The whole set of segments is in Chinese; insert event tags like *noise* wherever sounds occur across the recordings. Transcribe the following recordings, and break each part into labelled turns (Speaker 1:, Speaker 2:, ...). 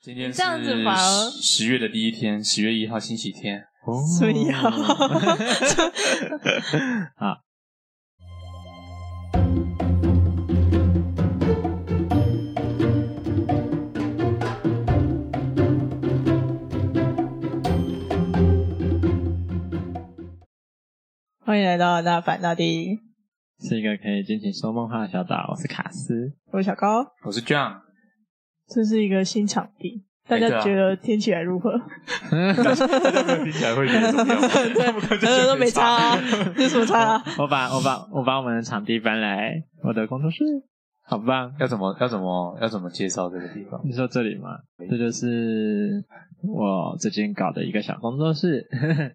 Speaker 1: 今天
Speaker 2: 这样子反而
Speaker 1: 是十月的第一天，十月一号星期天。哦
Speaker 2: 所以 *laughs* 啊
Speaker 1: 啊，
Speaker 2: 欢迎来到那反大地，
Speaker 3: 是一个可以尽情说梦话的小岛，我是卡斯。
Speaker 2: 我是小高，
Speaker 1: 我是 John，
Speaker 2: 这是一个新场地，大
Speaker 1: 哎
Speaker 2: 家
Speaker 1: 对啊
Speaker 2: 觉得听起来如何？
Speaker 1: 听起来会觉得怎么样？
Speaker 2: 呃都
Speaker 3: *laughs*
Speaker 2: 没差、啊，有什么差、啊？
Speaker 3: 我把我把我把我们的场地搬来我的工作室，好棒！
Speaker 1: 要怎么要怎么要怎么介绍这个地方？
Speaker 3: 你说这里吗？这就是我最近搞的一个小工作室，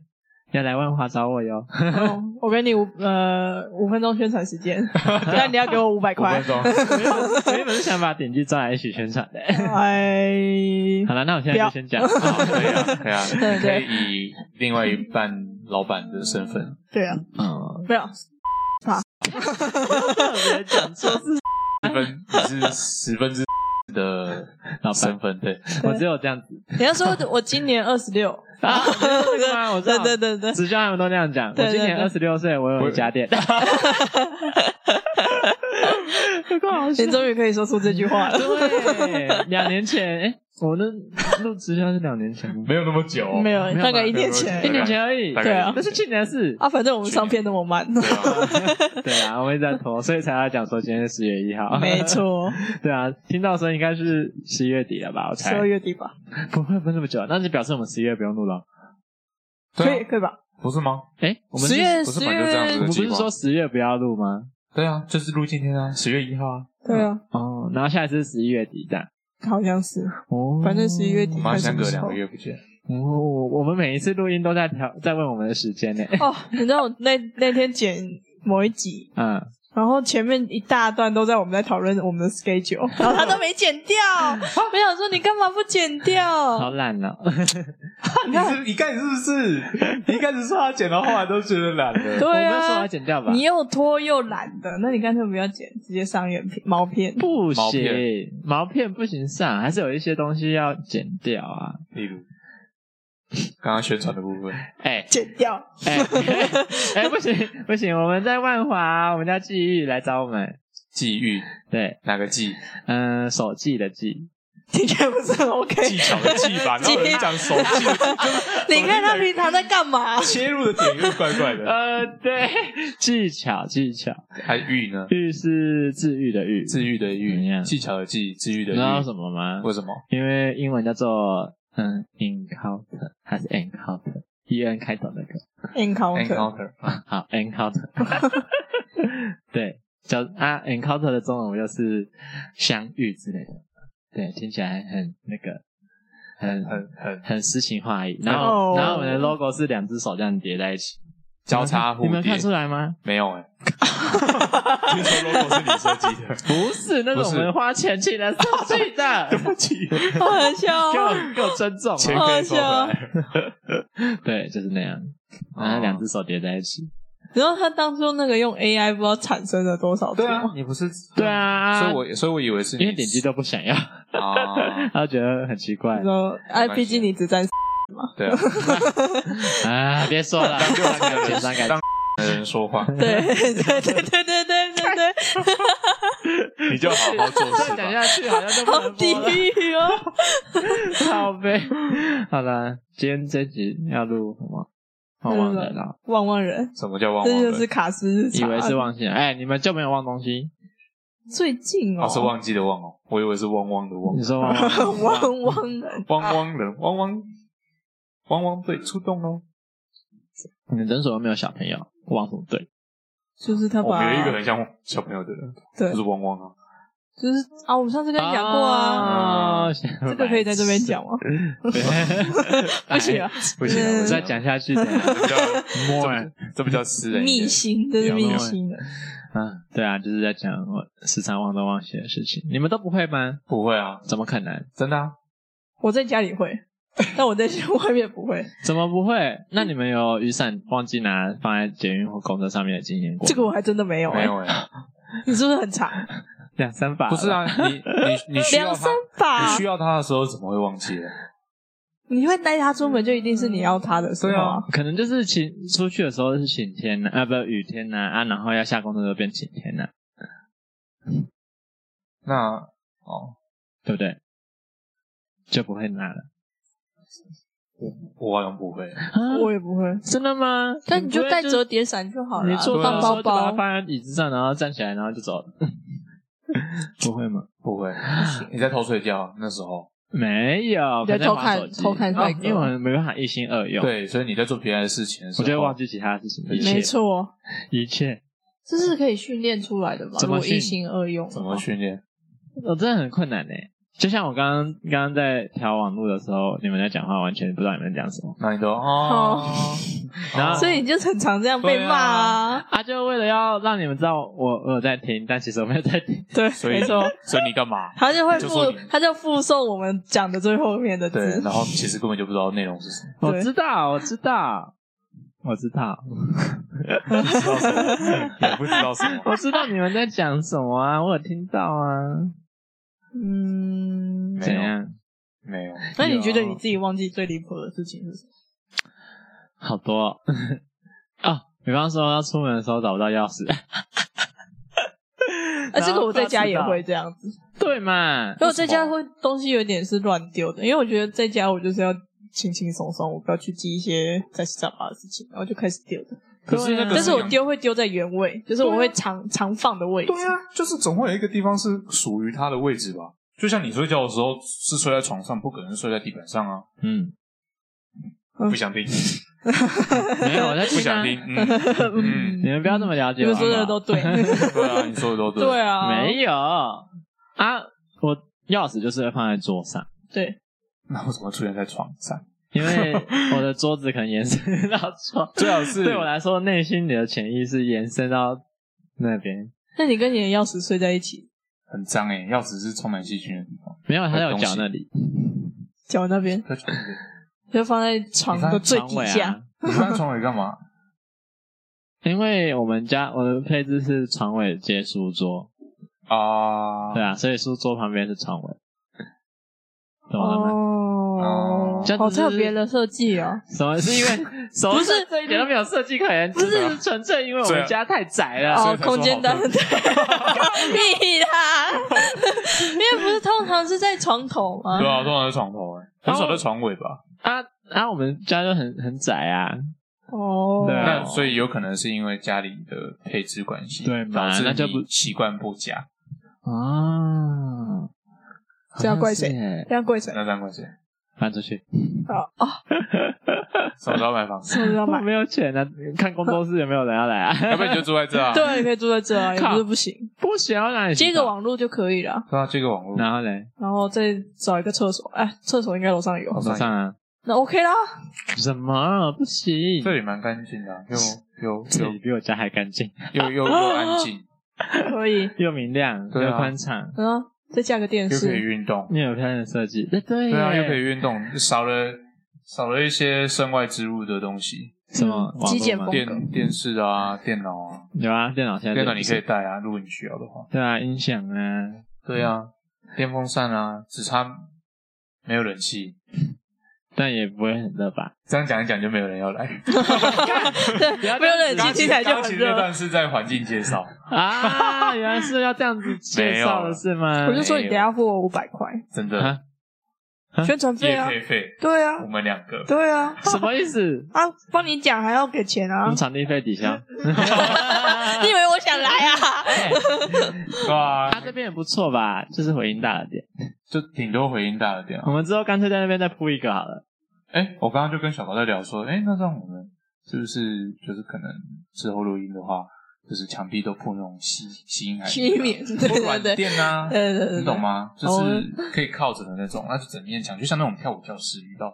Speaker 3: *laughs* 要来万华找我哟。
Speaker 2: 哦我给你五呃五分钟宣传时间，但你要给我五百
Speaker 1: 五
Speaker 2: 块
Speaker 1: 分。钟，
Speaker 3: 我原本是想把点击招来一起宣传的。
Speaker 2: 哎，
Speaker 3: 好了，那我现在就先讲。
Speaker 1: 好
Speaker 3: 好
Speaker 1: 可
Speaker 2: *laughs*
Speaker 1: 以啊，可以啊，
Speaker 2: 对
Speaker 1: 你可以以另外一半老板的身
Speaker 2: *laughs*
Speaker 1: 份，
Speaker 2: 对啊，
Speaker 3: 嗯，
Speaker 2: 没有，
Speaker 3: 别讲错是
Speaker 1: 十分你是十分之的
Speaker 3: 老板
Speaker 1: 身，份，对，
Speaker 3: 我只有这样子
Speaker 2: 你要说我今年二十六，
Speaker 3: 啊。这个吗我知
Speaker 2: 对
Speaker 3: 道，
Speaker 2: 对对对，
Speaker 3: 直销他们都那样讲。
Speaker 2: 对
Speaker 3: 我今年
Speaker 2: 对
Speaker 3: 二十六岁，我有一家店。
Speaker 2: 你终于可以说出这句 *laughs* 话了。
Speaker 3: 嗯对，两年前，哎、我那录直销是两年前吗，
Speaker 1: 没有那么久哦，
Speaker 2: 没有，
Speaker 3: 有吧
Speaker 2: 大概一年
Speaker 1: 没
Speaker 3: 一
Speaker 1: 有
Speaker 2: 前
Speaker 1: 没有
Speaker 3: 年前而已
Speaker 1: 大。概，
Speaker 2: 对啊
Speaker 3: 那是去年的事。
Speaker 2: 啊，反正我们上片那么慢，
Speaker 1: 对啊，
Speaker 3: *laughs* 对啊，我们一直在拖，所以才要讲说今天是十月一号。
Speaker 2: 没。错，
Speaker 3: *laughs* 对啊，听到的时候应该是十一月底了吧？我
Speaker 2: 十
Speaker 3: 猜
Speaker 2: 二。月底吧，
Speaker 3: 不会分那么久，那就表示我们十一月不用录了。
Speaker 1: 对
Speaker 2: 可
Speaker 1: 啊
Speaker 2: 以可以吧？
Speaker 1: 不是吗？
Speaker 3: 哎，我们是
Speaker 2: 十月
Speaker 1: 不是
Speaker 2: 十
Speaker 1: 本来就这样
Speaker 3: 我
Speaker 1: 子
Speaker 2: 月
Speaker 3: 们不是说十月不要录吗？
Speaker 1: 对啊，就是录今天啊，十月一号啊，
Speaker 2: 对啊，
Speaker 3: 哦，然后下一次是十一月底这样。
Speaker 2: 嗯好像是，
Speaker 3: 哦，
Speaker 2: 反正11月底
Speaker 1: 我们
Speaker 2: 嘛
Speaker 1: 还相隔两个月不见，
Speaker 3: 哦，我们每一次录音都在调，在问我们的时间呢。
Speaker 2: 哦，你知道我那那天剪某一集，
Speaker 3: 嗯，
Speaker 2: 然后前面一大段都在我们在讨论我们的 schedule，然后他都没剪
Speaker 3: *laughs*
Speaker 2: 掉，我想说你干嘛不剪
Speaker 3: 好
Speaker 2: 掉？
Speaker 3: 懒哦了。
Speaker 1: 你是你看你是不是？你一开始说他剪到后来都觉得懒了。
Speaker 3: 我
Speaker 2: 对
Speaker 3: 没有说我
Speaker 2: 啊
Speaker 3: 要，剪掉吧？
Speaker 2: 你又拖又懒的，那你干脆不要剪，直接上原片毛片。
Speaker 3: 不
Speaker 1: 毛
Speaker 3: 行，毛片不行上，还是有一些东西要剪掉啊。
Speaker 1: 例如刚刚宣传的部分，
Speaker 3: 哎
Speaker 2: 剪掉，
Speaker 3: 哎 *laughs* 哎，不行不行，我们在万华，我们家季玉来找我们。
Speaker 1: 际遇
Speaker 3: 对，
Speaker 1: 哪个技？
Speaker 3: 嗯，手记的记，
Speaker 2: 听起来不是很 OK。
Speaker 1: 技巧的技吧？然
Speaker 2: 技
Speaker 1: 后人讲手技，
Speaker 2: 你看他平常在干嘛？
Speaker 1: 切入的点又怪怪
Speaker 3: *laughs*
Speaker 1: 的。
Speaker 3: 呃，对，技巧技巧，
Speaker 1: 还遇呢？
Speaker 3: 玉是治愈的愈，
Speaker 1: 治愈的
Speaker 3: 怎
Speaker 1: 愈，
Speaker 3: 样
Speaker 1: 技巧的技，治愈
Speaker 3: 你
Speaker 1: 的
Speaker 3: 知道
Speaker 1: 愈。
Speaker 3: 什么吗？
Speaker 1: 为什么？
Speaker 3: 因为英文叫做嗯，encounter 还是 encounter，e n 开头那个。
Speaker 2: encounter
Speaker 1: encounter
Speaker 3: 好，encounter，对，叫啊，encounter 的中文我就是相遇之类的，对，听起来很那个，很
Speaker 1: 很很
Speaker 3: 很诗情画意。然
Speaker 2: 哦
Speaker 3: 后，然后我们的 logo 是两只手这样叠在一起，
Speaker 1: 交叉
Speaker 3: 你
Speaker 1: 蝴
Speaker 3: 们
Speaker 1: 蝶
Speaker 3: 看你们看出来吗？
Speaker 1: 没有哎。听说 logo 是你设计的，
Speaker 3: 不是，那
Speaker 1: 不
Speaker 3: 是我
Speaker 1: 是
Speaker 3: 们花钱请人设计的，
Speaker 1: *laughs* 对不起，
Speaker 2: *laughs* 好好笑
Speaker 3: 给我
Speaker 2: 哦，
Speaker 3: 给我尊重
Speaker 1: 钱
Speaker 3: 啊！
Speaker 1: 可以收回
Speaker 2: 好
Speaker 1: 来。
Speaker 3: 对，就是那样，然后两只手叠在一起。
Speaker 2: 然后他当初那个用 AI 不知道产生了多少
Speaker 1: 对啊
Speaker 2: 条，
Speaker 1: 你不是
Speaker 3: 对，啊，
Speaker 1: 所以我所以我以为是你
Speaker 3: 因为点击都不想要， *laughs*
Speaker 1: 啊，
Speaker 3: 他觉得很奇怪
Speaker 2: 你说哎，毕竟你只
Speaker 3: *laughs*
Speaker 2: 占
Speaker 1: 对啊，
Speaker 3: 啊！别说了，
Speaker 1: 就是那个
Speaker 3: 紧张感
Speaker 1: 当的人说
Speaker 3: *laughs*
Speaker 1: 话，
Speaker 2: 对对对对对对对对，
Speaker 1: 你就好好做事
Speaker 3: 再讲
Speaker 1: 吧。
Speaker 3: 下去好像都不
Speaker 2: 好
Speaker 3: 能
Speaker 2: 地
Speaker 3: 播了 *laughs*
Speaker 2: 狱哦！
Speaker 3: 好呗，好了，今天这集要录什么？忘忘的了，
Speaker 2: 旺旺人，
Speaker 1: 什么叫忘
Speaker 2: 这
Speaker 1: 忘
Speaker 2: 就
Speaker 1: 人？
Speaker 2: 是卡斯日
Speaker 3: 以
Speaker 2: 常。啊
Speaker 3: 为是忘记了。哎，你们就没有忘东西？
Speaker 2: 最近
Speaker 1: 哦，
Speaker 2: 哦，
Speaker 1: 是忘记的忘哦，我以为是汪汪的汪
Speaker 2: 嗯
Speaker 3: 你，说忘忘的
Speaker 2: 旺
Speaker 1: 汪汪
Speaker 2: 旺人，
Speaker 1: 人，汪汪，汪汪队出动哦。
Speaker 3: 你们诊所有没有小朋友？忘什么对？
Speaker 2: 就是他
Speaker 1: 我
Speaker 2: 把
Speaker 1: 们有一个很像小朋友的人，
Speaker 2: 对
Speaker 1: 就，是汪汪
Speaker 2: *laughs*
Speaker 1: 啊。
Speaker 2: 就是啊，我们上次跟你讲过啊，
Speaker 3: 哦，
Speaker 2: 这
Speaker 3: 这
Speaker 2: 个可以在这边。讲
Speaker 1: *laughs*
Speaker 2: 吗？不行啊，
Speaker 1: 不行啊，
Speaker 2: 嗯
Speaker 3: 我
Speaker 1: 我在
Speaker 3: 再讲下
Speaker 2: *laughs*
Speaker 3: 去。
Speaker 1: 比较这
Speaker 3: 摸欸完，
Speaker 1: 不这比较私人一
Speaker 2: 密
Speaker 1: 点。
Speaker 2: 心，这是密心的，
Speaker 3: 嗯，对啊，就是在讲我时常忘东忘西的事情。你们都不会吗？
Speaker 1: 不会啊，
Speaker 3: 怎么可能？
Speaker 1: 真的啊，
Speaker 2: 我在家里会，但我在外面不会，
Speaker 3: 怎么不会？那你们有雨伞忘记拿放在捷运或公车上面的经验过吗？
Speaker 2: 这个我还真的没有 *laughs*
Speaker 1: 没
Speaker 2: 哎，
Speaker 1: 有哎，
Speaker 2: 你是不是很长？
Speaker 3: 两三把了
Speaker 1: 不是，啊，你你你需要
Speaker 2: 量
Speaker 1: 他
Speaker 2: 身，把
Speaker 1: 你，需要他的时候怎么会忘记呢？
Speaker 2: 你会带他出门，就一定是你要他的时候啊。
Speaker 3: 可能就是晴出去的时候是晴天呐、啊，不雨天呐啊然后要下工作就变晴天啊呐、
Speaker 1: 那哦，
Speaker 3: 对不对？就不会拿了
Speaker 1: 我好像不会，
Speaker 3: 啊
Speaker 2: 我也不会，
Speaker 3: 真的吗？
Speaker 2: 但你就
Speaker 3: 不会
Speaker 2: 带折叠伞就好了
Speaker 3: 你
Speaker 2: 啊，
Speaker 3: 做到
Speaker 2: 放
Speaker 3: 的时
Speaker 2: 包
Speaker 3: 候就把它
Speaker 2: 包。
Speaker 3: 放在椅子上，然后站起来，然后就走了。不会吗？
Speaker 1: 不
Speaker 2: *laughs*
Speaker 1: 会。你在偷睡觉那时候，
Speaker 3: 没有，
Speaker 2: 你在
Speaker 3: 可能
Speaker 2: 偷看
Speaker 3: 滑手机哦
Speaker 2: 偷看帅哥
Speaker 3: 因为我没办法一心二用，，
Speaker 1: 对，所以你在做别的事情的时
Speaker 3: 我
Speaker 1: 候，
Speaker 3: 就会忘记其他事情，一
Speaker 2: 没
Speaker 3: 切，
Speaker 2: 错，
Speaker 3: 一切。
Speaker 2: 这是可以训练出来的嘛？
Speaker 3: 怎
Speaker 2: 如
Speaker 3: 么
Speaker 2: 果
Speaker 3: 训
Speaker 2: 一心二用的
Speaker 1: 怎
Speaker 2: 话，
Speaker 1: 么训练。
Speaker 3: 我、哦真的很困难呢。就像我刚刚刚刚在调网络的时候，你们在讲话，完全不知道你们在讲什么。
Speaker 1: 那你都 *laughs* 哦，
Speaker 3: 然后
Speaker 2: 所以你就很常这样被骂啊。
Speaker 3: 啊，就为了要让你们知道我我有在听，但其实我没有在听。
Speaker 2: 对，
Speaker 1: 啊所以
Speaker 2: 没错，
Speaker 1: 所以你干嘛？
Speaker 2: 他就会
Speaker 1: 就
Speaker 2: 附
Speaker 1: 说你，
Speaker 2: 他就附送我们讲的最后面的
Speaker 1: 对，
Speaker 2: 字
Speaker 1: 然。后其实根本就不知道内容是什
Speaker 2: *laughs*
Speaker 1: 么。
Speaker 2: *laughs* 对
Speaker 3: 我知道，我知道，我知道，
Speaker 1: 不知道什么，也不知道什
Speaker 2: *laughs*
Speaker 1: 么。
Speaker 3: 我知道你们在讲什么啊，我有听到啊。
Speaker 2: 嗯，
Speaker 1: 没有
Speaker 3: 怎样？
Speaker 1: 没有，
Speaker 2: 那你
Speaker 3: 有
Speaker 2: 觉得你自己忘记最离谱的事情是什么？
Speaker 3: 好多 *laughs* 哦哦比方说要出门的时候找不到钥
Speaker 2: *laughs*
Speaker 3: 匙，
Speaker 2: 啊，这个我在家也会这样子，
Speaker 3: 对嘛？
Speaker 2: 因为我在家会东西有点是乱丢的，因为我觉得在家我就是要轻轻松松，我不要去记一些杂七杂八的事情，然后就开始丢的。
Speaker 1: 可是那
Speaker 3: 对啊
Speaker 1: 个
Speaker 2: 但是我
Speaker 1: 养
Speaker 2: 丢会丢在原位，就是我会常常放的位置。
Speaker 1: 对啊，就是总会有一个地方是属于他的位置吧。就像你睡觉的时候是睡在床上，不可能睡在地板上啊！
Speaker 3: 嗯，
Speaker 2: 嗯
Speaker 1: 不想听，
Speaker 2: 啊
Speaker 3: 没有我在
Speaker 1: 不
Speaker 3: 听、
Speaker 1: 想
Speaker 3: 啊。
Speaker 1: 听，嗯嗯，
Speaker 3: 你们不要这么了解
Speaker 2: 你
Speaker 3: 我。
Speaker 2: 们说的
Speaker 3: 好不好
Speaker 2: 都对，
Speaker 1: 对啊，你说的都 *laughs* 对。
Speaker 2: *laughs* 对啊，
Speaker 3: 没有啊？我钥匙就是会放在桌上，
Speaker 2: 对，
Speaker 1: 那我怎么出现在床上？
Speaker 3: 因为我的桌子可能延伸到
Speaker 2: *laughs*
Speaker 3: 床，
Speaker 1: 最
Speaker 2: 啊
Speaker 1: 好是
Speaker 3: 对我来说，内心里的潜意识延伸到那边。
Speaker 2: 那你跟你的钥匙睡在一起，
Speaker 1: 很脏哎，钥匙是充满细菌的地方，
Speaker 3: 没有，他在我脚那里，
Speaker 2: 脚那 *laughs* 边
Speaker 1: 在床尾。
Speaker 2: 就放在床的最
Speaker 3: 床
Speaker 2: 底
Speaker 3: 尾
Speaker 2: 下。
Speaker 3: 啊。
Speaker 1: 你放在床尾干嘛？
Speaker 3: 因为我们家我的配置是床尾接书桌，
Speaker 1: *laughs* 啊，
Speaker 3: 对啊，所以书桌旁边是床尾，懂了吗？
Speaker 2: 啊哦
Speaker 3: 这样子
Speaker 2: 好
Speaker 3: 就
Speaker 2: 特
Speaker 3: 是
Speaker 2: 别的设计哦。
Speaker 3: 什么？是因为什么
Speaker 2: 不是
Speaker 3: 这一点都没有设计可言，不是纯粹因为我
Speaker 1: 对
Speaker 3: 们
Speaker 1: 啊
Speaker 3: 家太窄
Speaker 1: 所
Speaker 3: 了。
Speaker 1: 以
Speaker 2: 哦，
Speaker 1: 才说
Speaker 2: 空间单
Speaker 1: 好特别
Speaker 2: *laughs* 屁啦！ *laughs* 因为不是通常是在床头吗？
Speaker 1: 对啊，通常在床头哎，很少在床尾吧？
Speaker 3: 啊啊，我们家就很很窄啊，
Speaker 2: 哦，
Speaker 3: 对啊
Speaker 1: 那所以有可能是因为家里的配置关系，
Speaker 3: 对
Speaker 1: 导
Speaker 3: 嘛
Speaker 1: 致
Speaker 3: 那就不
Speaker 1: 你习惯不佳，
Speaker 3: 啊，
Speaker 2: 哦这要怪谁
Speaker 3: 好像是耶？
Speaker 2: 这样贵谁？
Speaker 1: 那张关系，
Speaker 3: 搬出去，
Speaker 2: 哦哦，
Speaker 1: *laughs* 什么时候买房
Speaker 2: 什
Speaker 1: 子？
Speaker 2: 么都要
Speaker 3: 我 *laughs*
Speaker 2: 买？
Speaker 3: 没有钱啊，看工作室有没有人要来
Speaker 1: 要
Speaker 3: 啊？ *laughs*
Speaker 1: 不然你就住在这啊？
Speaker 2: 对，可以住在这啊，也
Speaker 3: 靠
Speaker 2: 不是不行，
Speaker 3: 不行，啊要哪里？
Speaker 2: 接个，网络就可以了。
Speaker 1: 对啊，这个网络
Speaker 3: 然后嘞，
Speaker 2: 然后再找一个厕所，哎，厕所应该楼上有，
Speaker 1: 上
Speaker 3: 楼上啊？
Speaker 2: 那 OK 啦。
Speaker 3: 什么不行？
Speaker 1: 这里蛮干净的啊，又
Speaker 3: 这
Speaker 1: 又
Speaker 3: 里比我家还干净，
Speaker 1: 又又又又安静，
Speaker 2: 可以，
Speaker 3: 又明亮，
Speaker 1: 对啊
Speaker 3: 又宽敞，
Speaker 2: 然后再架个
Speaker 1: 又
Speaker 2: 电 *laughs*
Speaker 1: 可以
Speaker 2: 视，
Speaker 1: 运动，
Speaker 3: 又有漂亮的设计，对哎对
Speaker 1: 对啊，又可以
Speaker 3: 以
Speaker 1: 运动，少了少了一些身外之物的东西，
Speaker 3: 什么
Speaker 2: 嗯
Speaker 3: 网络
Speaker 2: 极简
Speaker 3: 吗
Speaker 2: 风格
Speaker 1: 电电视啊，电脑啊，
Speaker 3: 有啊，电脑现在
Speaker 1: 电脑你可以
Speaker 3: 就是
Speaker 1: 带啊，如果你需要的话，
Speaker 3: 对啊，音响啊，
Speaker 1: 对啊，
Speaker 2: 嗯
Speaker 1: 电风扇啊，只差没有冷气，
Speaker 3: 但也不会很热吧？
Speaker 1: 这样讲一讲就没有人要
Speaker 2: *laughs*
Speaker 1: 来。
Speaker 2: 对，
Speaker 3: 不要
Speaker 2: 不用冷气听起来就
Speaker 1: 刚刚
Speaker 2: 很
Speaker 1: 其实那
Speaker 2: 热。
Speaker 1: 段是在环境介绍，
Speaker 3: 啊， *laughs* 原来是要这样子介绍的是吗？
Speaker 2: *laughs* 我就说你等一下付我五百块
Speaker 1: 真
Speaker 3: 啊
Speaker 1: 的，嗯
Speaker 3: 啊
Speaker 2: 宣传费
Speaker 1: 业
Speaker 2: 啊，
Speaker 1: 配费，
Speaker 2: 对啊
Speaker 1: 我，们两个
Speaker 2: 对啊，
Speaker 3: 什么意思？
Speaker 2: 啊，帮你讲还要给钱啊
Speaker 3: 你。场地费抵消。
Speaker 2: *laughs*
Speaker 3: *laughs*
Speaker 2: 你以为我想来
Speaker 1: *laughs*
Speaker 2: 啊？
Speaker 1: 对啊
Speaker 3: 他，这边也不错吧，就是回音大了点。
Speaker 1: 就顶多回音大了点啊
Speaker 3: 我。
Speaker 2: 嗯
Speaker 3: 们之后干脆在那边再铺一个好了。
Speaker 1: 哎，我刚刚就跟小高在聊说，哎，那这样我们是不是就是可能之后录音的话，就是墙壁都铺那种吸吸音海绵
Speaker 2: 吸音棉
Speaker 1: 啊
Speaker 2: 对
Speaker 1: 或
Speaker 2: 对
Speaker 1: 软
Speaker 2: 对
Speaker 1: 垫啊，
Speaker 2: 对对对，
Speaker 1: 你懂？吗？就
Speaker 2: 哦
Speaker 1: 是可以靠着的那种，那就整面墙，就像那种跳舞教室遇到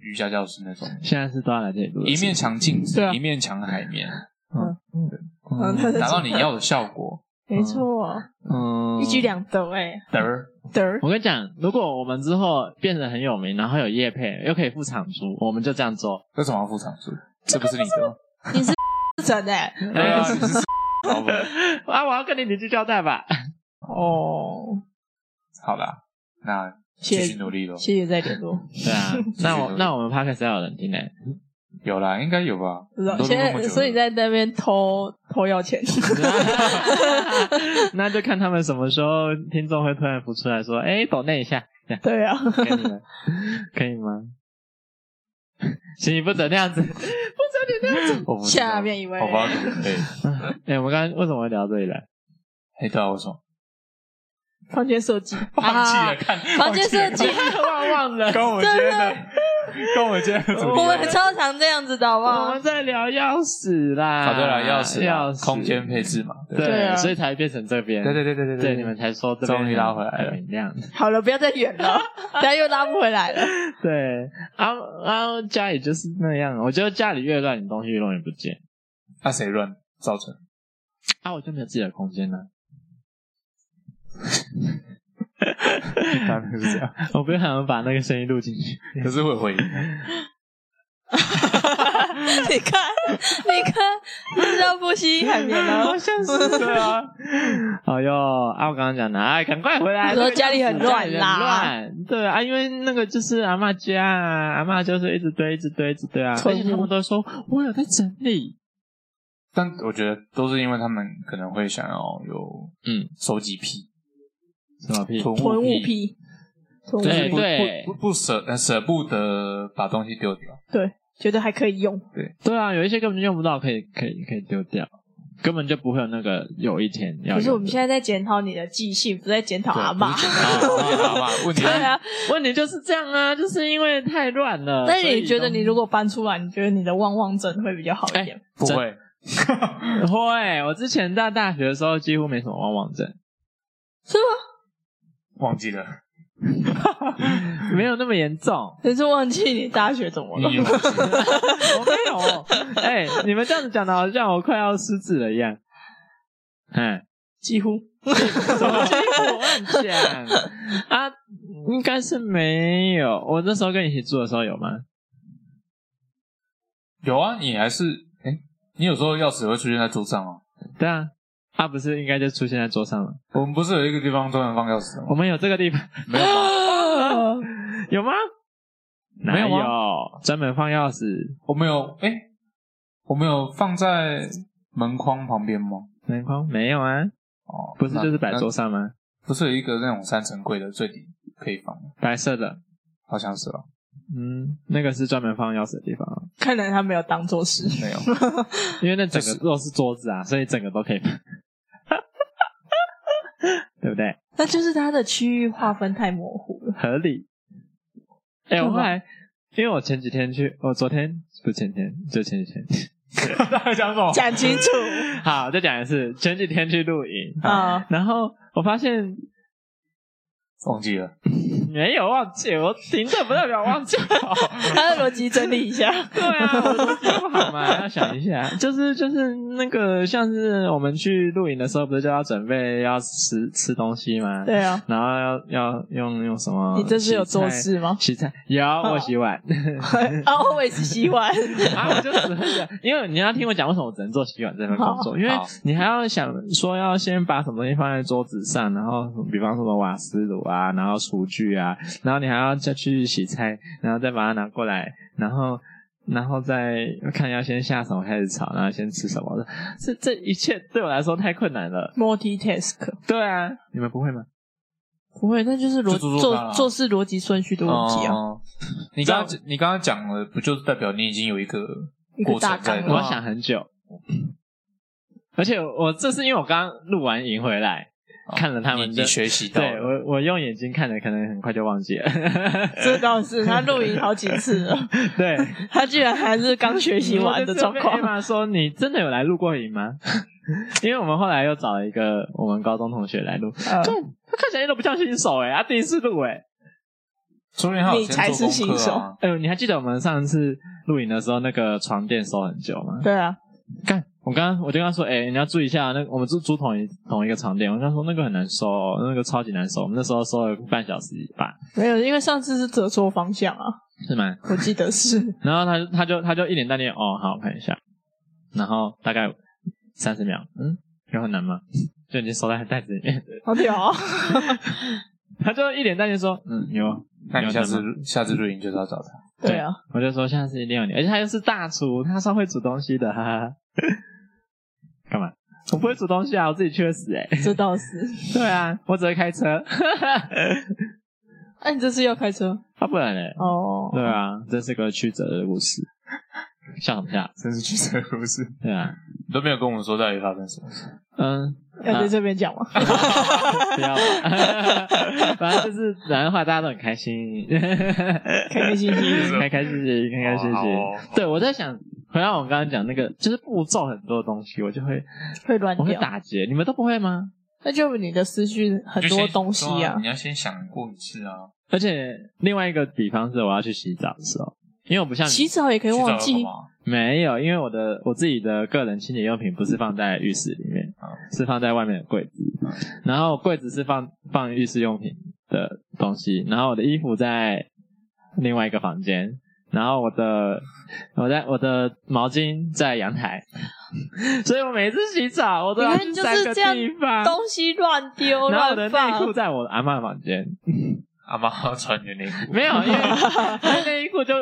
Speaker 1: 瑜伽教室那种，
Speaker 3: 现在是都要来这里录的
Speaker 1: 一
Speaker 3: 是吗，
Speaker 1: 面墙镜子
Speaker 2: 对，啊
Speaker 1: 一面墙海绵，
Speaker 2: 嗯，他 *laughs*
Speaker 1: 达到你要的效果。
Speaker 2: 没错，
Speaker 3: 嗯
Speaker 2: 一举两得哎，
Speaker 1: 得儿，
Speaker 2: 得儿
Speaker 3: 我跟你讲，如果我们之后变得很有名，然后有业配，又可以付场租，我们就这样做。
Speaker 1: 为什么要付场数？这不是你 *laughs* 的吗，
Speaker 2: 真的哎，
Speaker 3: *laughs*
Speaker 1: 对啊，你是 *laughs* 老板
Speaker 3: 啊，我要跟你邻居交代吧。
Speaker 2: 哦，
Speaker 1: 好啦，那继续努力咯。
Speaker 2: 谢谢再联络，
Speaker 3: 对啊， *laughs* 那我那我们 podcast 要有人听嘞、
Speaker 1: 有啦，应该有吧？
Speaker 2: 不知道
Speaker 1: 都录
Speaker 2: 现
Speaker 1: 那么久了
Speaker 2: 在所以在那边偷偷
Speaker 1: *laughs*
Speaker 2: 要钱，
Speaker 3: *laughs* 那就看他们什么时候听众会突然浮出来说，哎、抖那一下，这样
Speaker 2: 对啊，
Speaker 3: 可
Speaker 1: *laughs*
Speaker 3: 以吗？可以吗？行，不准那样子， *laughs* 不准你那样子。
Speaker 1: 我不知道
Speaker 2: 下面一位
Speaker 1: 好吧？对，
Speaker 2: *laughs*
Speaker 3: 哎、我们刚刚为什么会聊这
Speaker 1: *laughs*
Speaker 3: 里来？
Speaker 1: 黑道哎啊我说
Speaker 2: 房间设计，
Speaker 1: 忘记了
Speaker 2: 啊
Speaker 1: 看
Speaker 2: 房间设计，
Speaker 3: 忘忘了，
Speaker 1: 跟我们今天的跟我们今天的主题一样，哦
Speaker 2: 我们超常这样子的，好不
Speaker 3: 我
Speaker 2: 好
Speaker 3: 们？在聊钥匙啦。
Speaker 1: 好对了，钥匙啊
Speaker 3: 钥匙
Speaker 1: 空间配置嘛，
Speaker 3: 对
Speaker 1: 对
Speaker 2: 啊
Speaker 3: 所以才变成这边。
Speaker 1: 对对对对
Speaker 3: 对
Speaker 1: 对，
Speaker 3: 你们才说这边
Speaker 1: 终于拉回来了
Speaker 3: 很明亮。
Speaker 2: 好了，不要再远了，等下又拉不回来了。
Speaker 3: 对，啊啊，家里就是那样。我觉得家里越乱，你东西越容易不见。
Speaker 1: 那谁乱造成？
Speaker 3: 啊，我就没有自己的空间啊了。
Speaker 1: 当然是这样，
Speaker 3: *laughs* 我不想把那个声音录进去。
Speaker 1: 可是会有回音啊。
Speaker 2: *laughs* 你看，你看，日照不息海绵
Speaker 3: *laughs*
Speaker 2: 了。
Speaker 3: 好像是对啊。哎呦，啊，我刚刚讲的，哎，赶快回
Speaker 2: *laughs*
Speaker 3: 来！
Speaker 2: 你说
Speaker 3: 这个
Speaker 2: 家里
Speaker 3: 样
Speaker 2: 很
Speaker 3: 子
Speaker 2: 乱
Speaker 3: 家里
Speaker 2: 啦
Speaker 3: 很乱，对啊，因为那个就是阿嬷家啊，阿嬷就是一直堆，一直堆，一直堆啊，而
Speaker 2: 囤
Speaker 3: 且
Speaker 2: 物
Speaker 3: 他们都说我有在整理，
Speaker 1: 但我觉得都是因为他们可能会想要有
Speaker 3: 嗯，
Speaker 1: 收集癖、
Speaker 3: 什么屁？
Speaker 1: 囤
Speaker 2: *laughs* 囤物
Speaker 1: 癖，
Speaker 2: 癖，囤物
Speaker 1: 就是
Speaker 3: 对
Speaker 1: 不
Speaker 2: 癖，
Speaker 3: 对
Speaker 1: 不不不舍呃舍不得把东西丢掉。
Speaker 2: 觉得还可以用，
Speaker 3: 对啊，有一些根本就用不到，可以可以可以丢掉，根本就不会有那个有一天要用的。
Speaker 2: 可是我们现在在检讨你的记性，不是在检讨
Speaker 1: 对
Speaker 2: 阿
Speaker 1: 不
Speaker 2: 妈
Speaker 1: 是。捡到不是捡到阿嬷问题
Speaker 2: 对
Speaker 1: 是
Speaker 2: 啊，
Speaker 3: 问题就是这样啊，就是因为太乱了。
Speaker 2: 那
Speaker 3: 所以
Speaker 2: 你觉得
Speaker 3: 都
Speaker 2: 你如果搬出来，你觉得你的旺旺症会比较好一
Speaker 3: 哎
Speaker 2: 点？
Speaker 1: 不会，
Speaker 3: 会？我之前在大学的时候几乎没什么妄妄症，
Speaker 2: 是吗？
Speaker 1: 忘记了，
Speaker 3: 没有那么严重。
Speaker 2: 可是忘记你大学怎么了
Speaker 1: 你？有忘记了
Speaker 3: *laughs* 我没有，哎、你们这样子讲的好像我快要失智了一样。嗯，
Speaker 2: 几乎
Speaker 3: *laughs* 什么结果乱讲啊？应该是没有。我那时候跟你一起住的时候有吗？
Speaker 1: 有啊，你还是哎，你有时候钥匙会出现在桌上哦。
Speaker 3: 对啊，啊不是应该就出现在桌上了。
Speaker 1: 我们不是有一个地方专门放钥匙的
Speaker 3: 我
Speaker 1: 吗？
Speaker 3: 们有这个地方， *laughs*
Speaker 1: 没有吧？
Speaker 2: 呃
Speaker 3: 有吗？
Speaker 1: 没有
Speaker 3: 哪
Speaker 1: 啊
Speaker 3: 有专门放钥匙
Speaker 1: 我们有哎，我们有放在门框旁边吗？
Speaker 3: 门框没有啊？
Speaker 1: 哦，
Speaker 3: 不是就是摆
Speaker 1: 那
Speaker 3: 桌，上吗？
Speaker 1: 那不是有一个那种三层柜的最底可以放吗？
Speaker 3: 白色的，
Speaker 1: 好像是吧？哦
Speaker 3: 嗯，那个是专门放钥匙的地方啊，
Speaker 2: 看来他没有当做是。
Speaker 1: 没
Speaker 3: *laughs*
Speaker 1: 有，
Speaker 3: 因为那整个都是桌子啊，所以整个都可以放， *laughs* 对不对？
Speaker 2: 那就是他的区域划分太模糊了。
Speaker 3: 合理。哎、我后来，因为我前几天去，我昨天不前天就前几天， *laughs*
Speaker 1: 他在讲什
Speaker 2: *laughs*
Speaker 1: 么？
Speaker 2: 讲清楚
Speaker 3: 好，再讲一次，前几天去露营，
Speaker 2: 啊！
Speaker 3: 然后我发现
Speaker 1: 忘记了，
Speaker 3: 没有忘记，我停顿不代表忘记了。
Speaker 2: 他的逻辑整理一下，
Speaker 3: *laughs* 对啊，我都记不好嘛，要想一下。就是就是那个，像是我们去露营的时候，不是就要准备要吃吃东西吗？。
Speaker 2: 对啊，
Speaker 3: 然后要要用用什么？
Speaker 1: 嗯
Speaker 2: 你这是有做事吗？
Speaker 3: 洗菜？洗菜有，我
Speaker 2: *laughs*
Speaker 3: 洗碗。
Speaker 2: 啊，always 洗
Speaker 1: *laughs*
Speaker 2: 碗，
Speaker 3: 啊，我就只会想，因为你要听我讲为什么我只能做洗碗这份工作，因为
Speaker 1: 好
Speaker 3: 你还要想说要先把什么东西放在桌子上，然后比方说什么瓦斯炉啊，然后厨具啊，然后你还要再去洗菜，然后再把它拿过来，然后然后再看要先下什么开始炒，然后先吃什么的，这这一切对我来说太困难了。
Speaker 2: multitask
Speaker 3: 对啊，你们不会吗？
Speaker 2: 不会，那就是逻
Speaker 1: 就做做看
Speaker 2: 做
Speaker 1: 啊
Speaker 2: 做事逻辑顺序的问题啊，
Speaker 1: 哦你刚刚你刚刚讲了，不就是代表你已经有一个
Speaker 2: 一个
Speaker 1: 过
Speaker 2: 大
Speaker 1: 程在
Speaker 2: 纲
Speaker 1: 里
Speaker 2: 啊
Speaker 1: 面
Speaker 3: 我？想很久，而且我这是因为我刚录完影回来。看了他们
Speaker 1: 你
Speaker 3: 的
Speaker 1: 你学习到
Speaker 3: 对
Speaker 1: 了，
Speaker 3: 我，我用眼睛看的，可能很快就忘记了。
Speaker 2: 这倒是他露营好几次了， *laughs*
Speaker 3: 对，
Speaker 2: 他居然还是刚学习完
Speaker 1: *laughs*
Speaker 2: 的状
Speaker 3: 我就
Speaker 2: 况
Speaker 3: 被。Emma 说：“你真的有来录过影吗？” *laughs* 因为我们后来又找了一个我们高中同学来录，
Speaker 2: 呃
Speaker 3: 看他看起来一点都不像新手哎、他第一次录哎、
Speaker 1: 说明他有
Speaker 2: 你才
Speaker 1: 先
Speaker 2: 是
Speaker 1: 做
Speaker 2: 新
Speaker 1: 功课
Speaker 2: 手
Speaker 1: 啊。
Speaker 3: 哎、你还记得我们上次录影的时候那个床垫收很久吗？
Speaker 2: 对啊，
Speaker 3: 干，我刚刚我就跟他说，哎、你要注意一下，那我们租租同一同一个床垫，我跟他说那个很难收、哦，那个超级难收，我们那时候收了半小时吧，
Speaker 2: 没有，因为上次是折错方向啊，
Speaker 3: 是吗？
Speaker 2: 我记得是。 *laughs*
Speaker 3: 然后他就他就他就一脸淡定，哦，好，我看一下，然后大概三十秒，嗯，有很难吗？ *laughs* 就已经收在袋子里面， *laughs*
Speaker 2: 好屌、哦！
Speaker 3: 他就一脸担心说，嗯，有啊，
Speaker 1: 那你
Speaker 3: 有
Speaker 1: 下
Speaker 3: 什
Speaker 1: 次下次录音就是要找他。
Speaker 2: 对啊，
Speaker 3: 我就说下次一定要你，而且他又是大厨，他算会煮东西的，哈哈。干嘛？我不会煮东西啊，我自己去会死哎、
Speaker 2: 这倒是。 *laughs*
Speaker 3: 对啊，我只会开车。 *laughs*
Speaker 2: 哎、你这次要开车
Speaker 3: 啊，不然嘞、
Speaker 2: 哦？
Speaker 3: 对啊，这是个曲折的故
Speaker 1: *laughs*
Speaker 3: 事。笑什么笑？
Speaker 1: 真是去这个故事，
Speaker 3: 对啊，
Speaker 1: 你都没有跟我们说到底发生什么事。
Speaker 3: 嗯，
Speaker 2: 要在
Speaker 3: 啊
Speaker 2: 这边讲吗？
Speaker 3: 嗯不
Speaker 1: *laughs*
Speaker 3: 要吧。反正就是打电话，大家都很开心，
Speaker 2: 开
Speaker 1: *laughs*
Speaker 2: 开心心。
Speaker 3: 开开心心，开开心
Speaker 1: 好
Speaker 3: 心
Speaker 1: 好哦。
Speaker 3: 对，我在想，回到我们刚刚讲那个，就是步骤很多东西，我就会
Speaker 2: 会乱
Speaker 3: 我会
Speaker 2: 掉，
Speaker 3: 打结，你们都不会吗？
Speaker 2: 那就你的思绪很
Speaker 1: 你就
Speaker 2: 多
Speaker 1: 先
Speaker 2: 东西
Speaker 1: 对
Speaker 2: 啊
Speaker 1: 啊，你。要先想过一次啊。
Speaker 3: 而且另外一个比方是，我要去洗澡的时候，因为我不像你
Speaker 2: 洗澡也可以
Speaker 1: 洗澡
Speaker 2: 忘
Speaker 1: 要
Speaker 2: 记
Speaker 1: 干，嘛
Speaker 3: 没有，因为我的我自己的个人清洁用品不是放在浴室里面，
Speaker 1: 啊
Speaker 3: 是放在外面的柜子，然后柜子是放放浴室用品的东西，然后我的衣服在另外一个房间，然后我的我在我的毛巾在阳台， *laughs* 所以我每次洗澡我都要
Speaker 2: 你
Speaker 3: 去
Speaker 2: 看就
Speaker 3: 三
Speaker 2: 是
Speaker 3: 个
Speaker 2: 这样
Speaker 3: 地方，
Speaker 2: 东西乱丢
Speaker 3: 啊然后我的
Speaker 2: 乱
Speaker 3: 内
Speaker 2: 放
Speaker 3: 裤，在我阿嬷房间，
Speaker 1: 阿妈要穿你的内裤，
Speaker 3: 没有，因为他内裤就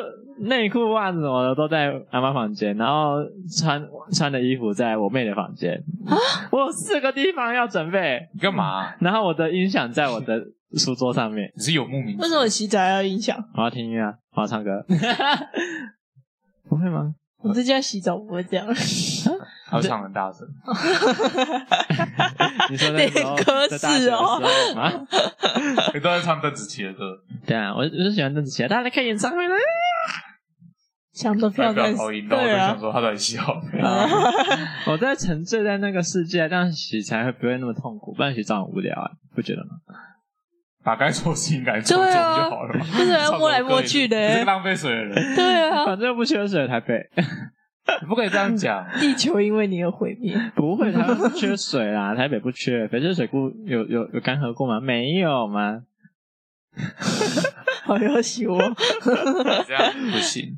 Speaker 3: 内裤、袜子什么的都在阿妈房间，然后穿穿的衣服在我妹的房间。
Speaker 2: 啊
Speaker 3: 我有四个地方要准备，
Speaker 1: *laughs* 你干嘛、啊
Speaker 3: 然后我的音响在我的书桌上面，
Speaker 1: 你是有慕名？
Speaker 2: 为什么？洗澡要影响？
Speaker 3: 我要听音乐、啊，我要
Speaker 2: *laughs*
Speaker 3: 唱歌。不会吗？
Speaker 2: 我在家洗澡不会这样，
Speaker 1: 他会唱很大声，
Speaker 3: 你说那时候
Speaker 2: 连歌
Speaker 3: 在大学的
Speaker 2: 是
Speaker 3: 时
Speaker 2: 哦
Speaker 3: 候吗？ *laughs*
Speaker 1: 你都在唱邓紫棋的歌，
Speaker 3: 对啊，我我就喜欢邓紫棋啊，大家来看演唱
Speaker 2: *laughs*
Speaker 3: 会了。
Speaker 2: 抢的
Speaker 1: 他
Speaker 2: 票
Speaker 1: 不要
Speaker 2: 在
Speaker 1: 高音，然后我
Speaker 2: 对
Speaker 1: 就想
Speaker 2: 啊，
Speaker 1: 说他到底笑没有？
Speaker 3: 啊我在沉醉在那个世界，这样洗才会不会那么痛苦，不然洗澡很无聊啊，不觉得吗？
Speaker 1: *laughs* 把该做的事情该做做
Speaker 2: 对
Speaker 1: 不
Speaker 2: 啊
Speaker 1: 就好了嘛。
Speaker 2: 为什么要摸来摸去的
Speaker 1: 你是个浪费水的
Speaker 2: *laughs*
Speaker 1: 人，
Speaker 2: 对啊，
Speaker 3: 反正又不缺水，台北。
Speaker 1: 你不可以这样讲。
Speaker 2: 地球因为你而毁灭。
Speaker 3: *laughs* 不会，台湾不缺水啦， *laughs* 台北不缺，翡翠水库有有有干涸过吗？没有吗？
Speaker 2: *laughs* 好要洗我，
Speaker 1: 你这样不行。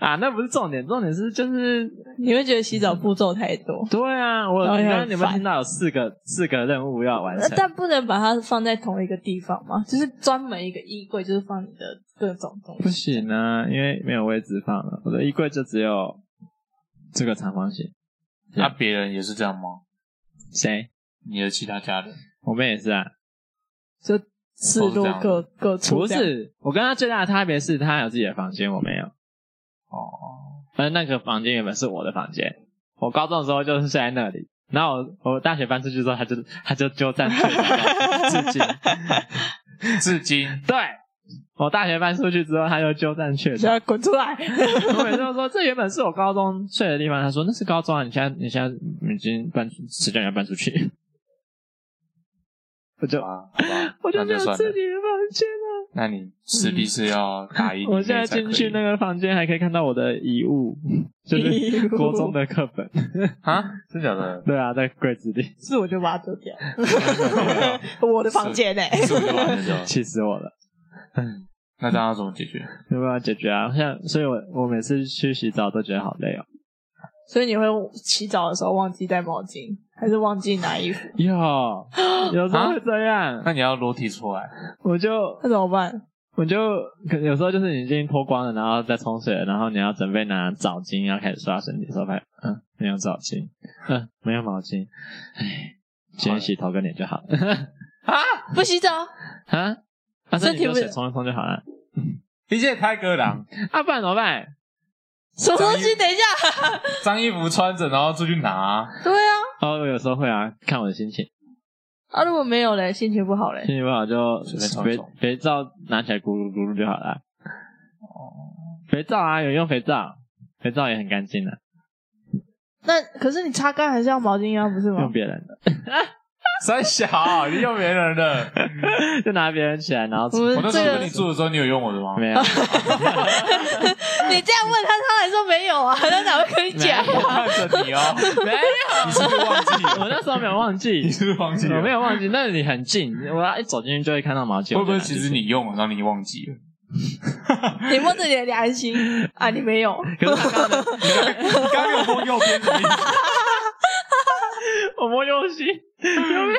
Speaker 3: 啊，那不是重点，重点是就是
Speaker 2: 你会觉得洗澡步骤太
Speaker 3: *laughs*
Speaker 2: 多，
Speaker 3: 对啊，我
Speaker 2: 哎
Speaker 3: 刚
Speaker 2: 呀
Speaker 3: 刚你们
Speaker 2: 烦
Speaker 3: 听到有四个四个任务要完成，
Speaker 2: 呃但不能把它放在同一个地方嘛，就是专门一个衣柜，就是放你的各种东
Speaker 3: 不
Speaker 2: 西。
Speaker 3: 行啊，因为没有位置放了，我的衣柜就只有这个长方形。
Speaker 1: 那别人也是这样吗？
Speaker 3: 谁？
Speaker 1: 你的其他家人
Speaker 3: 我们也是啊，
Speaker 2: 就赤
Speaker 1: 都是这
Speaker 2: 裸
Speaker 1: 样
Speaker 2: 各各处。
Speaker 3: 不，是，我跟他最大的差别是他有自己的房间，我没有。
Speaker 1: 哦，
Speaker 3: 反正那个房间原本是我的房间，我高中的时候就是睡在那里。然后我我大学搬出去之后，他就他就鸠占鹊巢，至今。
Speaker 1: 至
Speaker 3: *laughs*
Speaker 1: 今
Speaker 3: 对我大学搬出去之后，他就鸠
Speaker 2: *laughs*
Speaker 3: 占鹊
Speaker 2: 你
Speaker 3: 巢。
Speaker 2: 要滚出来！
Speaker 3: 我每次都说这原本是我高中睡的地方，他说那是高中啊，你现在你现在已经搬出，谁叫你要搬出去？我就
Speaker 1: 啊，好吧，
Speaker 3: 我就
Speaker 1: 那
Speaker 3: 没有
Speaker 1: 就
Speaker 3: 自己的
Speaker 1: 算
Speaker 3: 房
Speaker 1: 了。
Speaker 3: 间了。
Speaker 1: 那你势必是要打印，
Speaker 3: *laughs* 我现在进去那个房间，还可以看到我的遗物，
Speaker 2: *laughs*
Speaker 3: 就是国中的课本。
Speaker 1: 啊，真假的？
Speaker 3: 对啊，在柜
Speaker 2: *laughs*
Speaker 3: 子里，
Speaker 2: 是我就把它丢掉，
Speaker 1: *laughs*
Speaker 2: 我的房间呢、欸
Speaker 1: 是我就把它扔掉了。
Speaker 3: 气死我了。
Speaker 1: 那这样要怎么解决？
Speaker 3: 没有办法解决啊。像，所以我我每次去洗澡都觉得好累哦。
Speaker 2: 所以你会洗澡的时候忘记带毛巾，还是忘记拿衣服？
Speaker 3: 有，有时
Speaker 2: 啊
Speaker 3: 候会这样，
Speaker 1: 那你要裸体出来，
Speaker 3: 我就
Speaker 2: 那怎么办？
Speaker 3: 我就可有时候就是你已经脱光了，然后再冲水了，然后你要准备拿澡巾要开始刷身体的时候，发现嗯没有澡巾，嗯没有毛巾，唉，今天洗头跟脸就好了 *laughs*
Speaker 2: 不洗澡？
Speaker 3: 啊。啊，身
Speaker 2: 身
Speaker 3: 体
Speaker 2: 体
Speaker 3: 用
Speaker 2: 不
Speaker 3: 水冲一冲就好了。
Speaker 1: 一切太哥郎，
Speaker 3: 啊，不然怎么办？
Speaker 2: 什么东
Speaker 1: *laughs*
Speaker 2: 西？等一下，
Speaker 1: 脏衣服穿着，然后出去拿。
Speaker 2: *laughs* 对啊，
Speaker 3: 哦，我有时候会啊，看我的心情，
Speaker 2: 啊如果没有嘞，心情不好嘞，
Speaker 3: 心情不好就
Speaker 1: 随便冲一
Speaker 3: 肥
Speaker 1: 冲
Speaker 3: 肥皂拿起来咕噜咕噜就好了。肥皂啊，有用肥皂，肥皂也很干净的、
Speaker 2: 那可是你擦干还是要毛巾啊，不是吗
Speaker 3: 用？别人的，
Speaker 1: 三小，你用别人
Speaker 3: *laughs*
Speaker 1: 的。
Speaker 3: 就拿别人起来，然后
Speaker 2: 我
Speaker 1: 我
Speaker 2: 们
Speaker 1: 那时
Speaker 2: 这
Speaker 1: 候
Speaker 2: 个
Speaker 1: 跟你住的时候，你有用我的吗？
Speaker 2: *laughs*
Speaker 3: 没有，
Speaker 2: 你这样问他，他还说没有啊，他哪会跟你讲
Speaker 1: 我
Speaker 2: 啊？
Speaker 1: 看着你哦，
Speaker 3: *laughs* 没有，
Speaker 1: 你是不是忘记
Speaker 3: 我
Speaker 1: 了？
Speaker 3: 那时候没有忘记
Speaker 1: 你，是不是忘记了？
Speaker 3: 我没有忘记，那里很近，我要一走进去就会看到毛巾。
Speaker 1: 会不
Speaker 3: 我
Speaker 1: 会
Speaker 3: 就拿
Speaker 1: 其
Speaker 3: 进去
Speaker 1: 实？你用了，然后你忘记了？
Speaker 2: 你摸着你的良
Speaker 1: *laughs*
Speaker 2: 心啊，你没有，
Speaker 3: 可是他刚刚的
Speaker 1: 你刚刚给我摸右边什么意思？
Speaker 3: 我摸右膝，右边，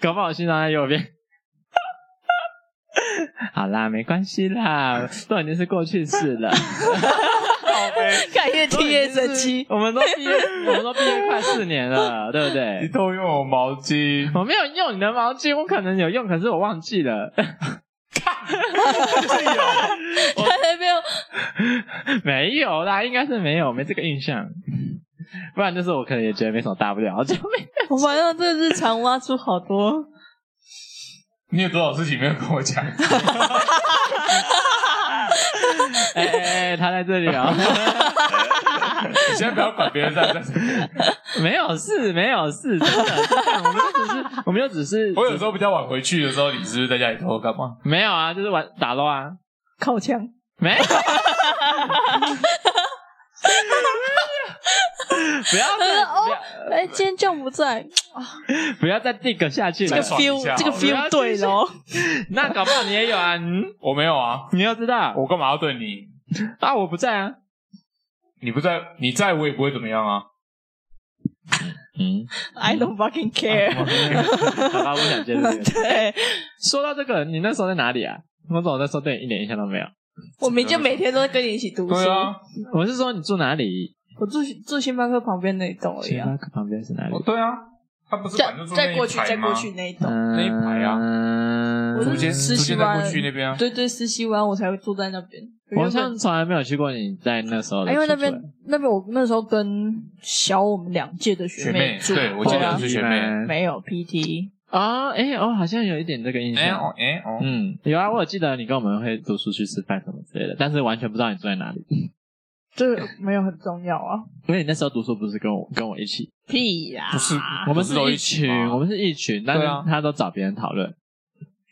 Speaker 3: 搞不好心脏在右边。 *laughs* 好啦，没关系啦，都已经是过去式
Speaker 1: *laughs*
Speaker 3: 了。
Speaker 2: 看 *laughs* 越听越生 *laughs* 气。
Speaker 3: 哦我们都毕业，我们都毕业快四年了，对不
Speaker 1: 你
Speaker 3: 对？
Speaker 1: 都用我毛巾，
Speaker 3: 我没有用你的毛巾，我可能有用，可是我忘记了。 *laughs*
Speaker 2: 他那边
Speaker 3: 没有啦，应该是没有，没这个印象。 *laughs* 不然就是我可能也觉得没什么大不了， *laughs* 就没
Speaker 2: 我们用这日常挖出好多，
Speaker 1: 你有多少事情没有跟我讲？
Speaker 3: 哎哎哎，他在这里哦， *laughs*
Speaker 1: 你现在不要管别人在不在。
Speaker 3: 没有事，没有事，真的，真的我们就只是，我们就只是，
Speaker 1: 我有时候比较晚回去的时候，你是不是在家里偷偷干嘛？
Speaker 3: 没有啊，就是玩打捞啊，
Speaker 2: 靠墙，
Speaker 3: 没有。 *laughs* 不要这样
Speaker 2: 哦
Speaker 3: 不要
Speaker 2: 哎，今天酱不在，
Speaker 3: 不要再 dig 下去
Speaker 2: 这
Speaker 3: 了
Speaker 1: 再。
Speaker 2: 个
Speaker 1: 爽一
Speaker 2: feel
Speaker 1: 下
Speaker 2: 这个
Speaker 1: 好了
Speaker 2: feel 对了哦，
Speaker 3: *laughs* 那搞不好你也有啊，嗯，
Speaker 1: 我没有啊，
Speaker 3: 你要知道
Speaker 1: 我干嘛要对你？
Speaker 3: 啊，我不在啊，
Speaker 1: 你不在，你在我也不会怎么样啊。
Speaker 3: 嗯，
Speaker 2: I don't
Speaker 1: *laughs*
Speaker 2: fucking
Speaker 1: 啊
Speaker 2: care。
Speaker 3: 好吧，我不想接受这
Speaker 2: *laughs*
Speaker 3: 个。
Speaker 2: 对，
Speaker 3: *laughs* 说到这个，你那时候在哪里啊？我怎么那时候对你一点印象都没有？
Speaker 2: 我明就每天都跟你一起读书
Speaker 1: 对。啊，
Speaker 3: 我是说你住哪里？
Speaker 2: 我住住星巴克旁边那一栋而已
Speaker 3: 星
Speaker 2: 啊
Speaker 3: 巴，克旁边是哪里
Speaker 1: 哦？对啊，他不是
Speaker 2: 再
Speaker 1: 反正住那
Speaker 2: 再
Speaker 1: 一
Speaker 2: 过去
Speaker 1: 排
Speaker 2: 再
Speaker 1: 吗
Speaker 2: 过去嗯那一栋。
Speaker 3: 嗯
Speaker 1: 那一排啊
Speaker 2: 我
Speaker 1: 竹
Speaker 2: 是
Speaker 1: 间
Speaker 2: 吃
Speaker 1: 竹
Speaker 2: 习
Speaker 1: 间
Speaker 2: 惯
Speaker 1: 在过去那边啊。
Speaker 2: 对对，实习完我才会住在那边。
Speaker 3: 我好像从来没有去过你在那时候的
Speaker 2: 因为哎那
Speaker 3: 住处欸，
Speaker 2: 边那边我那时候跟小我们两届的
Speaker 1: 学
Speaker 2: 妹
Speaker 1: 妹，
Speaker 2: 住，
Speaker 1: 对我记
Speaker 2: 对
Speaker 1: 得
Speaker 2: 啊
Speaker 1: 是学妹。
Speaker 2: 没有
Speaker 1: *laughs*
Speaker 2: PT，
Speaker 3: 啊，哎，哦，好像有一点这个印
Speaker 1: 哎
Speaker 3: 象。
Speaker 1: 哦哎哦，
Speaker 3: 嗯，有啊，我有记得你跟我们会读书去吃饭什么之类的，但是完全不知道你住在哪里，
Speaker 2: 这个没有很重要啊。
Speaker 3: 因为你那时候读书不是跟我跟我一起，
Speaker 2: 屁呀、
Speaker 1: 不是，啊
Speaker 3: 我们
Speaker 1: 不
Speaker 3: 是
Speaker 1: 是都
Speaker 3: 一
Speaker 1: 起
Speaker 3: 群，
Speaker 1: 吗
Speaker 3: 我们是一群，但
Speaker 1: 对啊
Speaker 3: 是他都找别人讨论，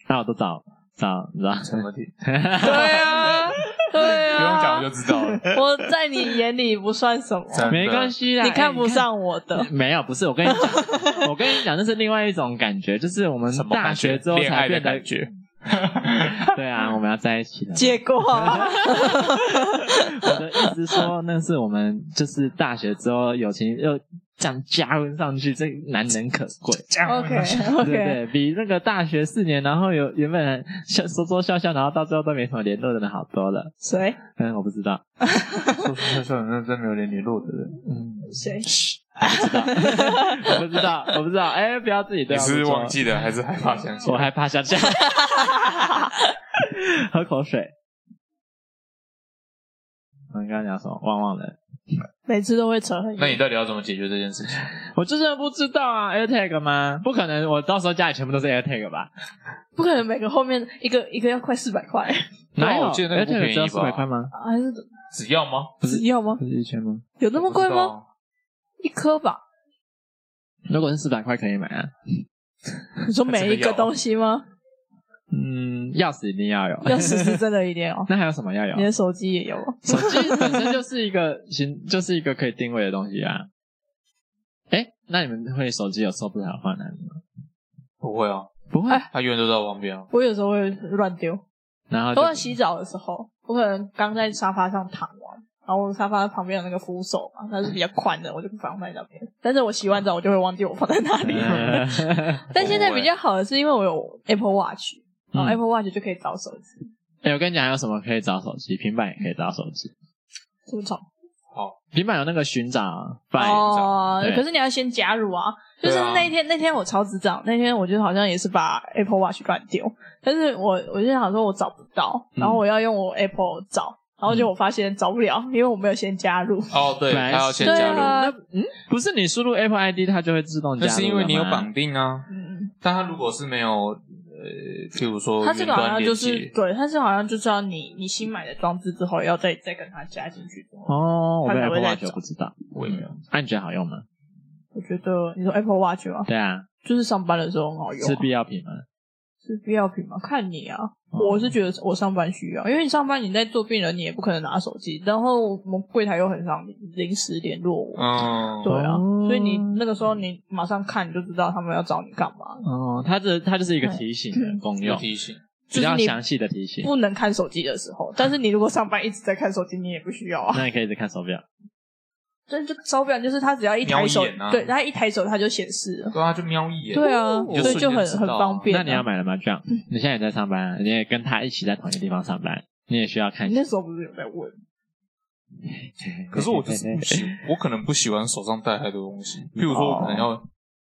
Speaker 3: 那我都找找，你知道，
Speaker 1: 陈和田，
Speaker 2: 对
Speaker 1: *laughs*
Speaker 2: 啊，对
Speaker 1: 不
Speaker 2: 啊，
Speaker 1: 用讲我就知道了。
Speaker 2: 我在你眼里不算什么，
Speaker 1: 真的
Speaker 3: 没关系啦，
Speaker 2: 你
Speaker 3: 哎
Speaker 2: 看不。上我
Speaker 3: *laughs*
Speaker 2: 的。
Speaker 3: 没有，不是我跟你讲，我跟你讲，这是另外一种感觉，就是我们
Speaker 1: 什么
Speaker 3: 大
Speaker 1: 感觉
Speaker 3: 学之后
Speaker 1: 恋
Speaker 3: 才
Speaker 1: 爱的
Speaker 3: 变得
Speaker 1: 感觉，
Speaker 3: 对啊，我们要在一起了。
Speaker 2: 结果啊
Speaker 3: 我的意思说，那是我们就是大学之后友情又这样加温上去，这难能可贵。
Speaker 1: 这样 *laughs*
Speaker 2: ，OK
Speaker 3: 对啊不
Speaker 2: OK，
Speaker 3: 对，比那个大学四年，然后有原本笑说说笑笑，然后到最后都没什么联络的人好多了。
Speaker 2: 谁
Speaker 3: 嗯，我不知道，
Speaker 1: 说说说，那真没有连联络的人，
Speaker 3: 嗯，
Speaker 2: 谁？
Speaker 3: 我不知道，我不知道。哎，不要自己对
Speaker 1: 你
Speaker 3: 号入
Speaker 1: 是
Speaker 3: 座
Speaker 1: 忘，记了还是害怕想起
Speaker 3: 我
Speaker 1: 来？
Speaker 3: 害怕想起来。 *laughs* 喝口水。我刚刚讲什么？忘忘了。
Speaker 2: 每次都会扯很
Speaker 1: 那你
Speaker 2: 远。
Speaker 1: 到底要怎么解决这件事情？
Speaker 3: 我就真的不知道啊，AirTag 吗？不可能，我到时候家里全部都是 AirTag 吧？
Speaker 2: 不可能每个后面一个一个要快四百块，
Speaker 3: 哪有
Speaker 1: 我记得那个不
Speaker 3: AirTag
Speaker 1: 便宜吧
Speaker 3: 只要四百块吗？
Speaker 2: 还是
Speaker 1: 只要吗？
Speaker 2: 只啊要吗？
Speaker 3: 不是一千吗？
Speaker 2: 有那么贵吗？
Speaker 1: 啊
Speaker 2: 一颗吧？
Speaker 3: 如果是四百块可以买啊。
Speaker 2: 你说每一个东西吗？
Speaker 3: 嗯，钥匙一定要有。
Speaker 2: 要十是真的一定要。
Speaker 3: 那还有什么要有
Speaker 2: 你？的手机也有哦，
Speaker 3: 手机本身就是一个行，就是一个可以定位的东西 *laughs* 啊。哎，那你们会手机有时候不想放哪里吗？
Speaker 1: 不会啊，
Speaker 3: 不
Speaker 2: 哎
Speaker 3: 会，
Speaker 1: 他永远都在我旁边啊。
Speaker 2: 我有时候会乱丢。
Speaker 3: 然后就
Speaker 2: 偶尔洗澡的时候，我可能刚在沙发上躺完，然后我沙发旁边有那个扶手嘛，它是比较宽的，我就放在那边。但是我洗完澡，我就会忘记我放在哪
Speaker 3: *laughs*
Speaker 2: 里。
Speaker 3: 呃
Speaker 2: 但现在比较好的是，因为我有 Apple Watch，然后
Speaker 3: 嗯
Speaker 2: Apple Watch 就可以找手机，
Speaker 3: 哎，我跟你讲，还有什么可以找手机？平板也可以找手机。
Speaker 2: 是不是？
Speaker 1: 好，
Speaker 3: 平板有那个寻找，啊反
Speaker 2: 哦
Speaker 3: 对，
Speaker 2: 可是你要先加入啊。就
Speaker 1: 对啊
Speaker 2: 是那一天，那天我超智障，那天我就好像也是把 Apple Watch 乱丢，但是我我就想说我找不到，
Speaker 3: 嗯
Speaker 2: 然后我要用我 Apple 找，然后结果我发现找不了，因为我没有先加入。
Speaker 1: 哦，对，
Speaker 3: 本来
Speaker 1: 他
Speaker 3: 是
Speaker 1: 要嗯先
Speaker 2: 对
Speaker 1: 加入，
Speaker 2: 啊，
Speaker 3: 不是你输入 Apple ID 它就会自动加
Speaker 1: 那
Speaker 3: 入
Speaker 1: 是因为你有
Speaker 3: 了吗
Speaker 1: 绑定啊。
Speaker 2: 嗯，
Speaker 1: 但他如果是没有，呃，譬如说
Speaker 2: 它嗯这
Speaker 1: 云
Speaker 2: 个好像
Speaker 1: 端
Speaker 2: 就
Speaker 1: 连
Speaker 2: 是
Speaker 1: 接，
Speaker 2: 对，它是好像就是要你你新买的装置之后，要再再跟它加进去。
Speaker 3: 哦，我
Speaker 2: 它
Speaker 3: 对
Speaker 2: 才会
Speaker 3: Apple
Speaker 2: 再
Speaker 3: Watch
Speaker 2: 找
Speaker 3: 我不知道，啊
Speaker 1: 我也没有。
Speaker 3: 那、你觉得好用吗？
Speaker 2: 我觉得你说 Apple Watch 吗？
Speaker 3: 对啊，
Speaker 2: 就是上班的时候很好用、啊，
Speaker 3: 是必要品吗？
Speaker 2: 是必要品吗？看你啊，
Speaker 3: 哦
Speaker 2: 我是觉得我上班需要，因为你上班你在做病人，你也不可能拿手机，然后我们柜台又很常临时联络我，
Speaker 1: 嗯，
Speaker 2: 对啊，
Speaker 3: 哦
Speaker 2: 所以你那个时候你马上看你就知道他们要找你干嘛，
Speaker 3: 哦，它这它就是一个提醒的功
Speaker 1: 嗯有
Speaker 3: 用，
Speaker 1: 提醒。
Speaker 2: 哦就是
Speaker 3: 比较
Speaker 2: 你
Speaker 3: 详细的提醒。
Speaker 2: 不能
Speaker 3: 嗯
Speaker 2: 看手机的时候，但是你如果上班一直在看手机，你也不需要啊，
Speaker 3: 那你可以一直看手表，
Speaker 2: 但就手表就是它只要一抬手，
Speaker 1: 瞄一眼啊
Speaker 2: 对，它一抬手它就显示了。
Speaker 1: 对啊，就瞄一眼，
Speaker 2: 对啊，
Speaker 1: 你就
Speaker 2: 所以就
Speaker 1: 瞬间
Speaker 2: 很
Speaker 1: 知道啊
Speaker 2: 很方便啊、
Speaker 3: 那你要买了麻将，
Speaker 2: 嗯
Speaker 3: 你现在也在上班，你也跟他一起在同一个地方上班，你也需要看
Speaker 2: 你。那时候不是有在问？
Speaker 1: 可是我就是不喜，我可能不喜欢手上带太多东西，譬如说我可能要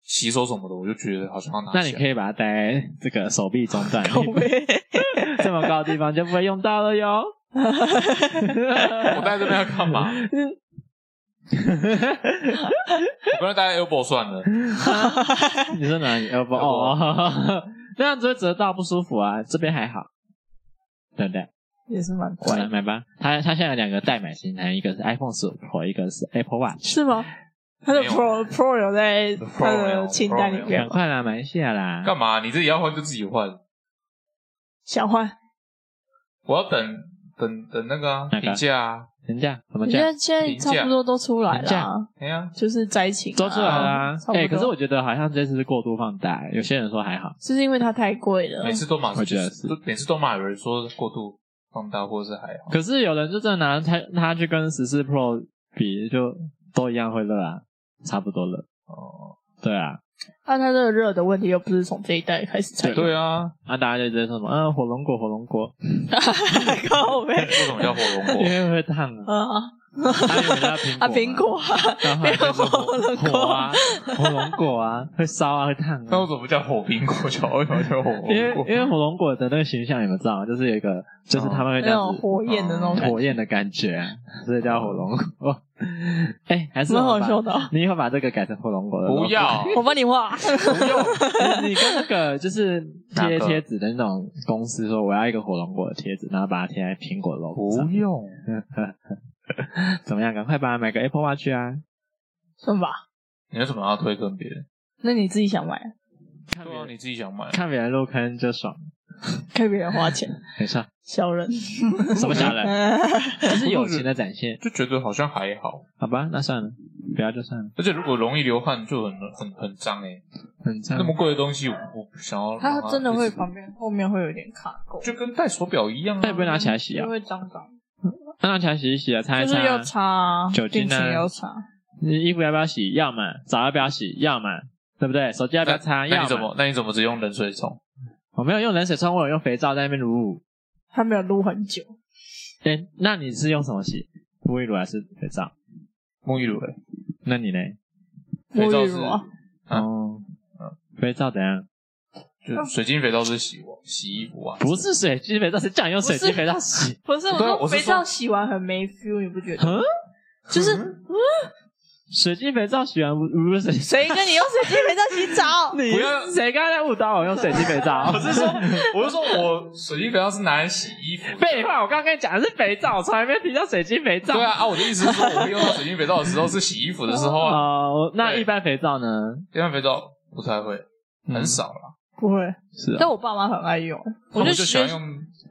Speaker 1: 洗手什么的，我就觉得好像要拿起
Speaker 3: *laughs* 哦那
Speaker 1: 来。
Speaker 3: 你可以把它戴在这个手臂中段，
Speaker 2: 口碑
Speaker 3: *laughs* 这么高的地方就不会用到了哟。
Speaker 1: 我戴这边要干嘛？我不然戴 elbow 算了。
Speaker 3: *laughs* 你说哪里？呃不
Speaker 1: elbow
Speaker 3: *laughs* 哦，那样子会折到不舒服啊，这边还好，对不对？
Speaker 2: 也是蛮
Speaker 3: 买
Speaker 2: 怪，
Speaker 3: 买吧，他他现在有两个代买新单，一个是 iPhone 十五 Pro，一个是 Apple Watch，
Speaker 2: 是吗？它的
Speaker 1: 没有
Speaker 2: Pro Pro 有在
Speaker 1: Pro
Speaker 2: 它
Speaker 1: 没有
Speaker 2: 的清单里
Speaker 1: ，Pro 没
Speaker 2: 面
Speaker 3: 赶
Speaker 2: 吗，
Speaker 3: 快啦，买一下啦。
Speaker 1: 干嘛？你自己要换就自己换，
Speaker 2: 想换。
Speaker 1: 我要等等等那个啊
Speaker 3: 哪个
Speaker 1: 评价啊。
Speaker 3: 人家怎么
Speaker 2: 人家
Speaker 3: 讲？
Speaker 2: 现在差不多都出来
Speaker 3: 评价
Speaker 2: 了，啊
Speaker 1: 哎呀，
Speaker 2: 就是灾情啊
Speaker 3: 都出来啦
Speaker 2: 差不。多
Speaker 3: 哎，可是我觉得好像这次是过度放大，有些人说还好，
Speaker 2: 就是因为它太贵了
Speaker 1: 每，次都骂，
Speaker 3: 我觉得是
Speaker 1: 都每次都骂有人说过度放大或者是还好。
Speaker 3: 可是有人就真的拿他他去跟十四 Pro 比，就都一样会热啊，差不多热。
Speaker 1: 哦，
Speaker 3: 对啊，
Speaker 2: 那它这个热的问题又不是从这一代开始才有，
Speaker 1: 对啊，
Speaker 3: 啊，大家就直接说什么，嗯，火龙果，火龙果，
Speaker 2: 靠呗，
Speaker 1: 为什么叫火龙
Speaker 3: 因
Speaker 1: 果？
Speaker 3: 为会烫啊，
Speaker 2: 啊
Speaker 3: 他以为叫苹果，
Speaker 2: 啊苹，果啊，
Speaker 3: 然后他就说火
Speaker 2: 没有火龙果
Speaker 3: 火啊，火龙果啊，会烧啊，会烫
Speaker 1: 那为
Speaker 3: 啊。
Speaker 1: 什么不叫哦火苹果？叫为什么叫火
Speaker 3: 因为
Speaker 1: 龙果？
Speaker 3: 因为火龙果的那个形象你们知道吗？就是有一个，就是他们会这
Speaker 2: 那
Speaker 3: 样
Speaker 2: 种
Speaker 3: 子
Speaker 2: 火焰的那种感觉，
Speaker 3: 火焰的感觉啊，所以叫火龙果。 *laughs* 哎，还是
Speaker 2: 蛮
Speaker 3: 我
Speaker 2: 好
Speaker 3: 把
Speaker 2: 笑的哦。
Speaker 3: 你以后把这个改成火龙果的 logo
Speaker 1: 不要，
Speaker 2: 我帮你画，
Speaker 1: 不用，
Speaker 3: 你你跟那个就是
Speaker 1: 哪
Speaker 3: 贴
Speaker 1: 个
Speaker 3: 贴纸的那种公司说，我要一个火龙果的贴纸，然后把它贴在苹果 logo 上，
Speaker 1: 用。
Speaker 3: 怎么样？赶快把它买个 Apple Watch 啊！
Speaker 2: 算吧。
Speaker 1: 你为什么要推跟别人？
Speaker 2: 那你自己想买，
Speaker 3: 看
Speaker 1: 对啊，你自己想买。
Speaker 3: 看别人入坑就爽，
Speaker 2: 看别人花钱，
Speaker 3: 没错。
Speaker 2: 小人，嗯
Speaker 3: 什
Speaker 2: *laughs*
Speaker 3: 么小人？这 *laughs* 是友情的展现，
Speaker 1: 就觉得好像还好，
Speaker 3: 好吧？那算了，不要就算了。
Speaker 1: 而且如果容易流汗就很很很脏哎、欸，
Speaker 3: 很脏
Speaker 1: 那么贵的东西我我不想要让
Speaker 2: 它
Speaker 1: 它。
Speaker 2: 真的会旁边后面会有点卡垢，
Speaker 1: 就跟戴手表一样啊
Speaker 3: 那也不会拿起来洗
Speaker 2: 就
Speaker 3: 啊？
Speaker 2: 会脏脏，
Speaker 3: 那拿起来洗一洗啊，擦一
Speaker 2: 就是
Speaker 3: 擦
Speaker 2: 要
Speaker 3: 啊。
Speaker 2: 擦啊，
Speaker 3: 酒精啊
Speaker 2: 定期要擦。
Speaker 3: 你衣服要不要洗？要嘛。澡要不要洗？要嘛。对不对？手机要不要擦？
Speaker 1: 那
Speaker 3: 要
Speaker 1: 你怎
Speaker 3: 嘛。
Speaker 1: 么？那你怎么只用冷水冲？
Speaker 3: 我没有用冷水冲，我有用肥皂在那边撸。
Speaker 2: 它没有撸很久，
Speaker 3: 哎，那你是用什么洗？沐浴乳还是肥皂？
Speaker 1: 沐浴乳、欸？
Speaker 3: 那你呢？
Speaker 1: 肥
Speaker 2: 沐
Speaker 1: 皂
Speaker 2: 浴
Speaker 1: 是
Speaker 2: 乳啊，
Speaker 1: 啊
Speaker 3: 哦，肥皂怎样？
Speaker 2: 嗯
Speaker 1: 就水晶肥皂是洗我洗衣服啊？
Speaker 3: 不是水晶肥皂，谁叫你用水
Speaker 2: 不
Speaker 3: 晶
Speaker 2: 是
Speaker 3: 肥皂洗？
Speaker 2: 不是，我
Speaker 1: 对啊
Speaker 2: 说
Speaker 1: 我是
Speaker 2: 肥
Speaker 1: 说
Speaker 2: 皂洗完很没 feel，你不觉得？
Speaker 3: 嗯，
Speaker 2: 就是
Speaker 3: 水晶肥皂洗完不不 *laughs* 是谁？
Speaker 2: 谁跟你用水晶肥皂洗澡？
Speaker 3: 你
Speaker 1: 不要
Speaker 3: 谁刚才在误导我用水晶肥
Speaker 1: *laughs*
Speaker 3: 皂？
Speaker 1: 我是说，我是说我水晶肥皂是拿来洗衣服的。
Speaker 3: 废话，我刚刚跟你讲的是肥皂，我从来没有提到水晶肥皂。
Speaker 1: 对啊啊！我的意思是说，我会用到水晶肥皂的时候是洗衣服的时候啊，
Speaker 3: 哦，那
Speaker 1: 对
Speaker 3: 一般肥皂呢？
Speaker 1: 因为肥皂不太会，很
Speaker 3: 嗯。
Speaker 1: 少啦。
Speaker 2: 不会，
Speaker 3: 是啊，
Speaker 2: 但我爸妈很爱用，
Speaker 3: 嗯
Speaker 1: 他
Speaker 2: 我
Speaker 1: 们就
Speaker 2: 觉
Speaker 1: 喜欢
Speaker 2: 得
Speaker 1: 用，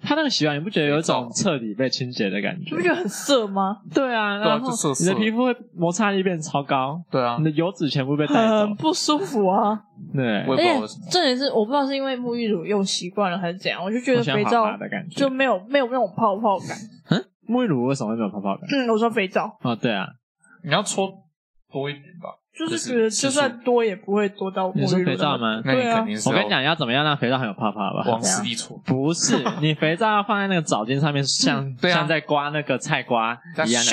Speaker 3: 他那个洗完，你不觉得有一种
Speaker 1: 肥
Speaker 3: 彻底被清洁的感
Speaker 2: 你
Speaker 3: 觉
Speaker 2: 不？觉得很色吗？
Speaker 3: 对啊，
Speaker 1: 对啊
Speaker 3: 然后
Speaker 1: 就涩
Speaker 3: 你
Speaker 1: 涩
Speaker 3: 的皮肤会摩擦力变超高，
Speaker 1: 对啊
Speaker 3: 你，的油脂全部被带走
Speaker 2: 很。不舒服啊！
Speaker 3: 对，
Speaker 1: 嗯我
Speaker 2: 而
Speaker 1: 也不知道为
Speaker 2: 且
Speaker 1: 什么
Speaker 2: 重点是我不知道是因为沐浴乳用习惯了还是怎样，我就觉得
Speaker 3: 我喜欢
Speaker 2: 肥
Speaker 3: 滑
Speaker 2: 皂
Speaker 3: 滑的感觉。
Speaker 2: 就没有没有那种泡泡感。
Speaker 3: 沐浴乳为什么会没有泡泡感？
Speaker 2: 嗯，我说肥皂
Speaker 3: 哦，对啊，
Speaker 1: 你要搓多一点吧。
Speaker 2: 就是
Speaker 1: 就是
Speaker 2: 觉得
Speaker 1: 次
Speaker 2: 就
Speaker 1: 数
Speaker 2: 算多也不会多到
Speaker 3: 你
Speaker 2: 沐
Speaker 3: 说
Speaker 2: 浴乳
Speaker 3: 肥
Speaker 2: 那
Speaker 3: 皂
Speaker 2: 么
Speaker 3: 吗？
Speaker 1: 那你
Speaker 2: 对啊
Speaker 1: 肯定是
Speaker 3: 我
Speaker 1: 要
Speaker 3: 跟你讲，要怎么样让肥皂很有泡泡吧？
Speaker 1: 往死里搓，
Speaker 3: 不是，你肥皂要放在那个澡巾上面，像
Speaker 1: 对啊
Speaker 3: 像在刮那个菜瓜啊一样的。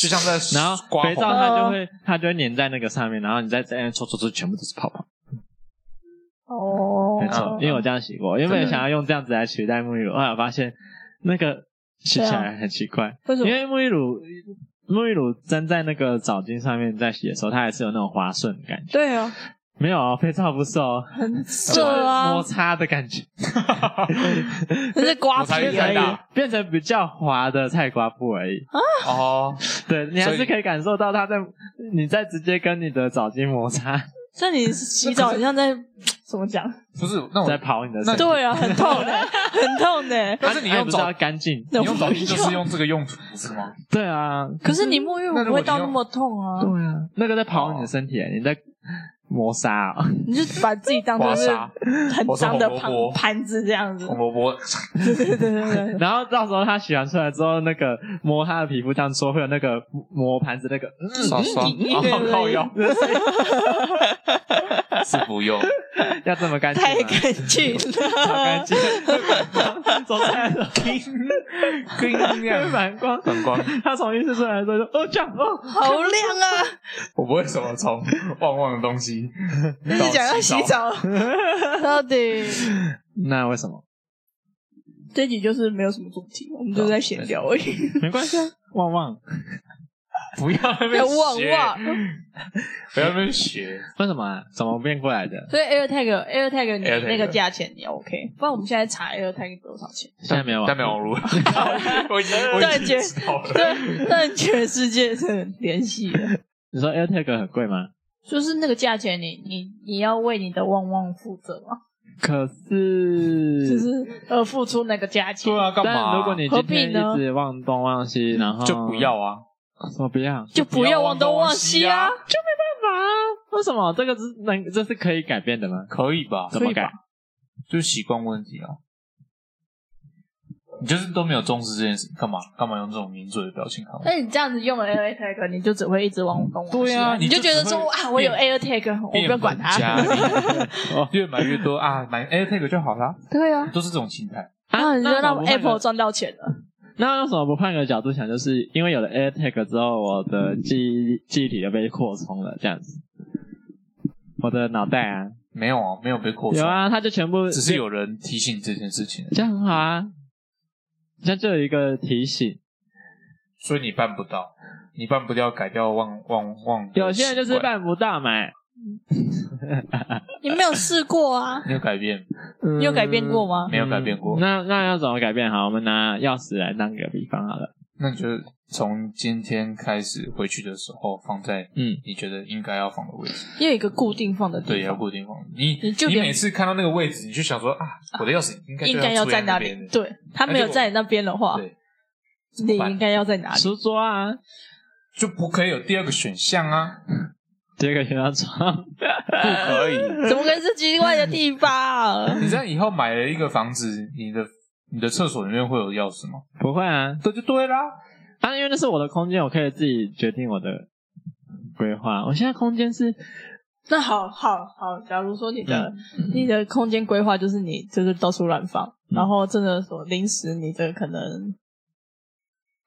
Speaker 1: 就像在
Speaker 3: 然后
Speaker 1: 刮
Speaker 3: 肥皂
Speaker 1: 红
Speaker 3: 它就会它就会粘在那个上面，然后你再再搓搓搓，全部都是泡泡。
Speaker 2: 哦，
Speaker 3: 没错，因为我这样洗过，因为
Speaker 1: 真的
Speaker 3: 想要用这样子来取代沐浴乳，后来我发现那个洗
Speaker 2: 啊
Speaker 3: 起来很奇怪，
Speaker 2: 为什
Speaker 3: 因
Speaker 2: 么？
Speaker 3: 为沐浴乳沐浴乳粘在那个澡巾上面在洗的时候，它还是有那种滑顺的感觉。
Speaker 1: *laughs*
Speaker 2: 对啊，
Speaker 3: 没有哦，肥皂不是哦，
Speaker 2: 很色
Speaker 3: 摩
Speaker 2: 啊，
Speaker 3: 擦的感觉。
Speaker 2: 那是瓜
Speaker 1: 摩
Speaker 2: 皮
Speaker 1: 擦力
Speaker 2: 而
Speaker 1: 太
Speaker 2: 已。
Speaker 1: 大
Speaker 3: 变成比较滑的菜瓜布而已。
Speaker 2: 啊
Speaker 1: 哦，
Speaker 3: 对你还
Speaker 1: 所
Speaker 3: 是
Speaker 1: 以
Speaker 3: 可以感受到它在，你在直接跟你的澡巾摩擦，
Speaker 2: 像你洗澡，很像在怎么讲？
Speaker 1: 不是，那
Speaker 3: 在
Speaker 1: 我
Speaker 3: 跑你的身体。
Speaker 2: 对啊，很痛的， *laughs* 很痛欸的。
Speaker 1: 但是你
Speaker 3: 啊
Speaker 1: 用
Speaker 3: 不是
Speaker 1: 澡
Speaker 3: 要，干净？
Speaker 2: 那
Speaker 1: 你
Speaker 2: 我
Speaker 1: 用澡就是用这个用途不是
Speaker 3: *laughs*
Speaker 1: 吗？
Speaker 3: 对啊，
Speaker 2: 可是你沐浴乳
Speaker 1: 那如
Speaker 2: 不
Speaker 1: 果
Speaker 2: 会
Speaker 1: 你
Speaker 2: 到那
Speaker 1: 用
Speaker 2: 么痛啊。
Speaker 3: 对啊，那个在跑你的身体，你在磨砂、哦，
Speaker 2: 你就把自己当成是
Speaker 1: 刮
Speaker 2: 很脏的
Speaker 1: 我是
Speaker 2: 盘
Speaker 1: 红萝卜
Speaker 2: 盘子这
Speaker 1: *laughs*
Speaker 2: 样子。
Speaker 1: 红萝卜，
Speaker 2: 对对对对对，啊
Speaker 3: 然后到时候它洗完出来之后，那个摸它的皮肤这样搓，会有那个磨盘子那个，嗯
Speaker 1: 刷刷，
Speaker 2: 你
Speaker 1: 哦
Speaker 2: 你对对
Speaker 1: 靠
Speaker 2: *laughs*
Speaker 1: 腰是不
Speaker 3: *laughs*
Speaker 1: 用，
Speaker 3: 要这么干净吗？啊
Speaker 2: 太干净
Speaker 3: 好干
Speaker 2: 了。
Speaker 3: 净，走
Speaker 2: *laughs*
Speaker 3: 出来了，叮亮反
Speaker 1: *laughs*
Speaker 3: 光，
Speaker 1: 反光。
Speaker 3: 他从浴室出来的时候就哦这样哦，
Speaker 2: 好亮啊！
Speaker 1: 我不会什么从旺旺的东
Speaker 2: *laughs*
Speaker 1: 西
Speaker 2: 一直讲要洗，澡， *laughs* 到底
Speaker 3: 那
Speaker 2: *laughs*
Speaker 3: 为什么？
Speaker 2: 这集就是没有什么主题，我们就在闲聊而已。
Speaker 3: 没关系啊，旺旺，
Speaker 1: 不要那边
Speaker 2: *laughs* 要旺
Speaker 1: 学，
Speaker 2: 旺，
Speaker 1: 不要那边 *laughs* 学，
Speaker 3: 为什么啊？怎么变过来的？
Speaker 2: 所以 AirTag AirTag 你
Speaker 1: AirTag
Speaker 2: 那个价钱你 OK？不然我们现在查 AirTag 多少
Speaker 1: *laughs*
Speaker 2: 钱？
Speaker 3: 现在没有啊
Speaker 1: 但没有网络， *laughs* 我已
Speaker 2: *laughs*
Speaker 1: 经我已
Speaker 2: 断绝
Speaker 1: 经知道了。
Speaker 2: 对，但全世界的联系了，
Speaker 3: 你说 AirTag 很贵吗？
Speaker 2: 就是那个价钱你，你你要为你的旺旺负责嘛，
Speaker 3: 可是，
Speaker 2: 就是呃付出那个价
Speaker 1: *laughs*
Speaker 2: 钱。
Speaker 1: 对啊，干嘛啊？
Speaker 3: 但如果你今天一直忘东忘西，然后
Speaker 1: 就不要啊，
Speaker 3: 什么不要，
Speaker 2: 就嗯不要忘东忘西啊！
Speaker 3: 干嘛？为什么这个是能这是可以改变的吗？
Speaker 1: 可以吧？
Speaker 3: 怎么改？
Speaker 1: 就是习惯问题啊。你就是都没有重视这件事，干嘛干嘛用这种民族的表情看我？
Speaker 2: 那你这样子用了 AirTag，你就只会一直往东往西
Speaker 1: 对啊
Speaker 2: 你
Speaker 1: 你就
Speaker 2: 就觉得
Speaker 1: 只会
Speaker 2: 说啊，我有
Speaker 1: 变
Speaker 2: AirTag，我不用管它。 *laughs*
Speaker 1: 变本加厉哦越买越多啊，买 AirTag 就好啦，
Speaker 2: 对啊，
Speaker 1: 都是这种心态。
Speaker 2: 然后你就
Speaker 3: 那
Speaker 2: 让
Speaker 3: 我不会
Speaker 2: Apple 赚到钱了。
Speaker 3: 那为什么不换个角度想？就是因为有了 AirTag 之后，我的记忆记忆体就被扩充了，这样子。我的脑袋啊，
Speaker 1: 没有啊，没有被扩充
Speaker 3: 有，啊，它就全部
Speaker 1: 只是有人提醒这件事情，
Speaker 3: 这样很好啊，这样就有一个提醒。
Speaker 1: 所以你办不到，你办不掉改掉忘忘忘。
Speaker 3: 有些人就是，办不到嘛，
Speaker 2: 你没有试过啊？
Speaker 1: 你有改变
Speaker 3: 嗯
Speaker 2: 你有改变过吗？
Speaker 1: 没有改变过？
Speaker 3: 那那要怎么改变？好，我们拿钥匙来当个比方好了。
Speaker 1: 那你就从今天开始回去的时候放在
Speaker 3: 嗯，
Speaker 1: 你觉得应该要放的位置，
Speaker 2: 你有一个固定放的地
Speaker 1: 对，
Speaker 2: 方，
Speaker 1: 要固定放。你
Speaker 2: 嗯你就
Speaker 1: 你
Speaker 2: 给
Speaker 1: 每次看到那个位置，你就想说啊，我的钥匙应该就
Speaker 2: 啊应该要
Speaker 1: 出
Speaker 2: 在
Speaker 1: 那
Speaker 2: 哪
Speaker 1: 边
Speaker 2: 里？
Speaker 1: 的。
Speaker 2: 对，他没有在你那边的话，
Speaker 1: 对，
Speaker 2: 你
Speaker 1: 办
Speaker 2: 应该要在哪里？
Speaker 3: 书桌啊，
Speaker 1: 就不可以有第二个选项啊，
Speaker 3: 这个也要装。
Speaker 1: 不可
Speaker 2: *laughs*
Speaker 1: 以。
Speaker 2: 怎么会是奇怪的地方、啊？
Speaker 1: 你这样以后买了一个房子，你的你的厕所里面会有钥匙吗？
Speaker 3: 不会啊，
Speaker 1: 这就对啦。
Speaker 3: 啊，因为那是我的空间，我可以自己决定我的规划。我现在空间是
Speaker 2: *laughs* 那好好好，假如说你的、
Speaker 1: 嗯
Speaker 2: 你的空间规划就是你就是到处乱放，
Speaker 3: 嗯
Speaker 2: 然后真的说临时你的可能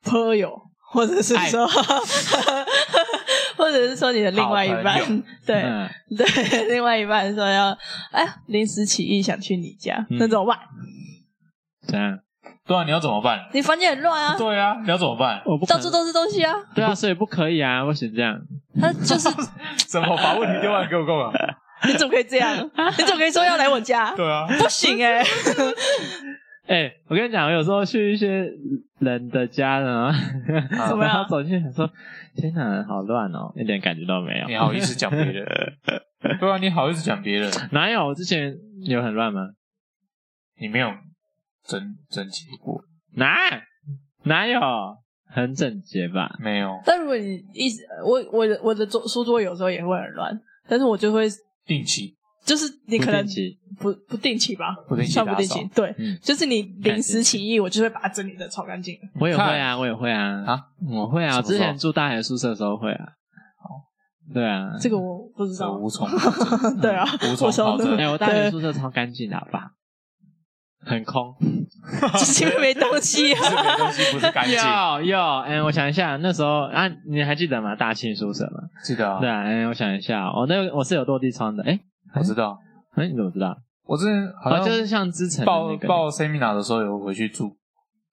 Speaker 2: 朋友，或者是
Speaker 1: 哎
Speaker 3: 爱
Speaker 1: *laughs*
Speaker 2: 说，或者是说你的另外一半
Speaker 1: 好朋友，
Speaker 2: 对、
Speaker 3: 嗯
Speaker 2: 对，另外一半说要哎临时起意想去你家，
Speaker 3: 嗯
Speaker 2: 那怎么办？
Speaker 3: 怎样？
Speaker 1: 对啊，你要怎么办？
Speaker 2: 你房间很乱啊，
Speaker 1: 对啊，你要怎么办？
Speaker 3: 我不可
Speaker 2: 到
Speaker 3: 能
Speaker 2: 处都是东西
Speaker 1: *laughs*
Speaker 2: 啊，
Speaker 3: 对啊，所以不可以啊，不行这样。
Speaker 2: 他就是
Speaker 1: 怎么把问题丢完给我干
Speaker 2: *laughs*
Speaker 1: 嘛？
Speaker 2: 你怎么可以这样？ *laughs* 你怎么可以说要来我 *laughs* 家？
Speaker 1: 对啊，
Speaker 2: 不行哎、
Speaker 3: 哎、我跟你讲，我有时候去一些人的家 *laughs* 呢，
Speaker 1: 怎
Speaker 2: 么样
Speaker 3: 然后走进去想说，天哪，好乱哦，一点感觉都没有
Speaker 1: 你。好意思讲别人？ *laughs* 对啊，你好意思讲别人？
Speaker 3: 哪有？我之前有很乱吗？
Speaker 1: 你没有整整齐过，
Speaker 3: 哪哪有？很整洁吧？
Speaker 1: 没有，
Speaker 2: 但如果你一直我我的我的桌书桌有时候也会很乱，但是我就会
Speaker 1: 定期
Speaker 2: 就是你可能
Speaker 3: 不定期
Speaker 2: 不不定期吧，
Speaker 1: 不定期
Speaker 2: 算不定
Speaker 1: 打
Speaker 2: 期
Speaker 1: 扫，
Speaker 2: 对，
Speaker 3: 嗯
Speaker 2: 就是你临时起意，我就会把它整理的超干净。
Speaker 1: 嗯
Speaker 3: 我也会啊，我也会啊，
Speaker 1: 啊，
Speaker 3: 我会啊，
Speaker 1: 什
Speaker 3: 我
Speaker 1: 么时候
Speaker 3: 之前住大学宿舍的时候会啊。对啊，
Speaker 1: 哦
Speaker 2: 这个我不知
Speaker 1: 我
Speaker 2: 道，
Speaker 1: 无从考证嗯
Speaker 2: 对啊，
Speaker 1: 无从
Speaker 2: 我说
Speaker 1: 考证
Speaker 3: 哎、
Speaker 2: 的，
Speaker 3: 我大学宿舍超干净的，好吧？很空。
Speaker 2: *laughs* 就是因为没东西啊
Speaker 1: 这。 *laughs* 个东西不是
Speaker 2: *laughs*
Speaker 1: 干净，
Speaker 3: 有有，哎、我想一下，那时候啊，你还记得吗？大庆宿舍吗？
Speaker 1: 记得啊
Speaker 3: 对，啊，哎、我想一下，我、那个我是有落地窗的，哎、
Speaker 1: 我知道，
Speaker 3: 哎、你怎么知道？
Speaker 1: 我之前好
Speaker 3: 哦，
Speaker 1: 像
Speaker 3: 就是像之前的
Speaker 1: 报
Speaker 3: 那个，
Speaker 1: 报 seminar 的时候有回去住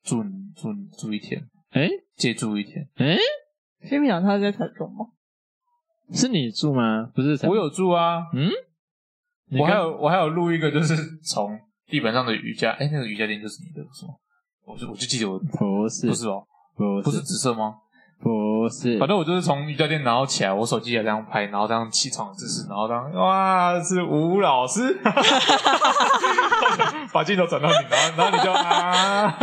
Speaker 1: 住住住一天，
Speaker 3: 哎
Speaker 1: 借住一天，
Speaker 3: 哎、
Speaker 2: 菲米讲他在台中吗？
Speaker 3: 是你住吗？不是，
Speaker 1: 我，有住啊，
Speaker 3: 嗯，你
Speaker 1: 我还
Speaker 3: 跟
Speaker 1: 有我还有录一个，就是从地板上的瑜伽，哎、那个瑜伽垫就是你的是吗？我就我就记得我
Speaker 3: 不是
Speaker 1: 不是哦，
Speaker 3: 不
Speaker 1: 不是
Speaker 3: 是
Speaker 1: 紫色吗？
Speaker 3: 不是，
Speaker 1: 反正我就是从瑜伽垫然后起来，我手机也这样拍，然后这样起床的姿势，然后这样哇是吴老师， *laughs* 把镜头转到你，然后然后你就啊，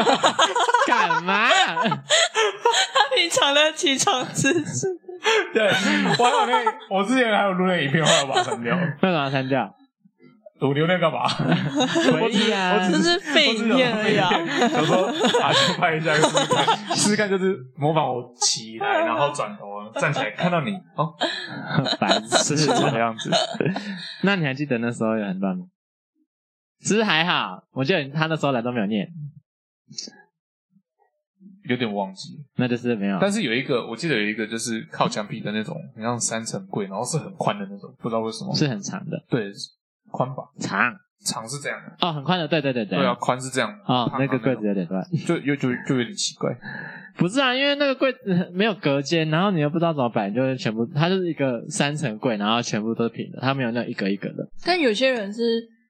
Speaker 3: 干嘛？ *laughs*
Speaker 2: 他平常的起床姿势，
Speaker 1: 对，我还有那个我之前还有录那影片，后来我把它删掉。
Speaker 3: 为什么要删掉？ *laughs*
Speaker 1: 我留那干嘛？
Speaker 3: 回忆啊
Speaker 1: 我只
Speaker 2: 这是废
Speaker 1: 嗯我只想
Speaker 2: 影片而已啊。
Speaker 1: 想说啊，去拍一下试试看，试试看就是 *laughs* 模仿我起来，然后转头站起来，看到你
Speaker 2: *laughs*
Speaker 1: 哦，
Speaker 3: 白痴这个样子。那你还记得那时候有很乱吗？其实还好，我记得他那时候来都没有念，
Speaker 1: 有点忘记。
Speaker 3: 那就是没有。
Speaker 1: 但是有一个，我记得有一个就是靠墙壁的那种，很像三层柜，然后是很宽的那种，不知道为什么。
Speaker 3: 是很长的，
Speaker 1: 对，宽吧，
Speaker 3: 长
Speaker 1: 长是这样的。
Speaker 3: 哦，很宽的，对对对对
Speaker 1: 对啊，宽是这样。
Speaker 3: 哦，
Speaker 1: 胖
Speaker 3: 那个
Speaker 1: 胖
Speaker 3: 柜子有点乱，
Speaker 1: 种就就就就有点奇怪。
Speaker 3: 不是啊，因为那个柜子没有隔间，然后你又不知道怎么摆，就是全部，它就是一个三层柜，然后全部都是平的，它没有那种一格一格的，
Speaker 2: 但有些人是，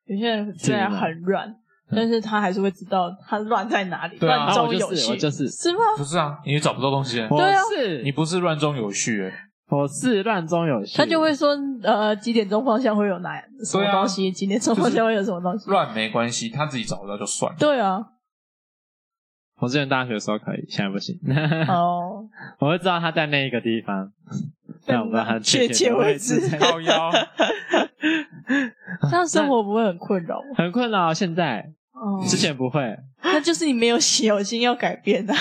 Speaker 2: 有些人虽然很乱，但是他还是会知道他乱在哪里，
Speaker 1: 嗯对啊
Speaker 2: 乱
Speaker 3: 然后我
Speaker 2: 中
Speaker 3: 就
Speaker 2: 有
Speaker 3: 是我
Speaker 2: 序，
Speaker 3: 就是
Speaker 2: 是吗？
Speaker 1: 不是啊，你找不到东西，
Speaker 3: 我
Speaker 2: 对啊
Speaker 3: 是
Speaker 1: 你不是乱中有序欸。
Speaker 3: 我是乱中有序，
Speaker 2: 他就会说，呃，几点钟方向会有哪什么东西？几点钟方向会有什么东西？
Speaker 1: 乱没关系，他自己找得到就算了。
Speaker 2: 对啊，
Speaker 3: 我之前大学的时候可以，现在不行。 *laughs*
Speaker 2: 哦，
Speaker 3: 我会知道他在那一个地方，但我不知道他
Speaker 2: 确切
Speaker 3: 切的
Speaker 2: 位
Speaker 3: 置
Speaker 2: 置
Speaker 3: 在哪。
Speaker 1: 高腰，
Speaker 2: 这样生活不会很困扰吗？
Speaker 3: 很困扰，现在
Speaker 2: 哦，
Speaker 3: 之前不会，
Speaker 2: 那就是你没有有心要改变的。啊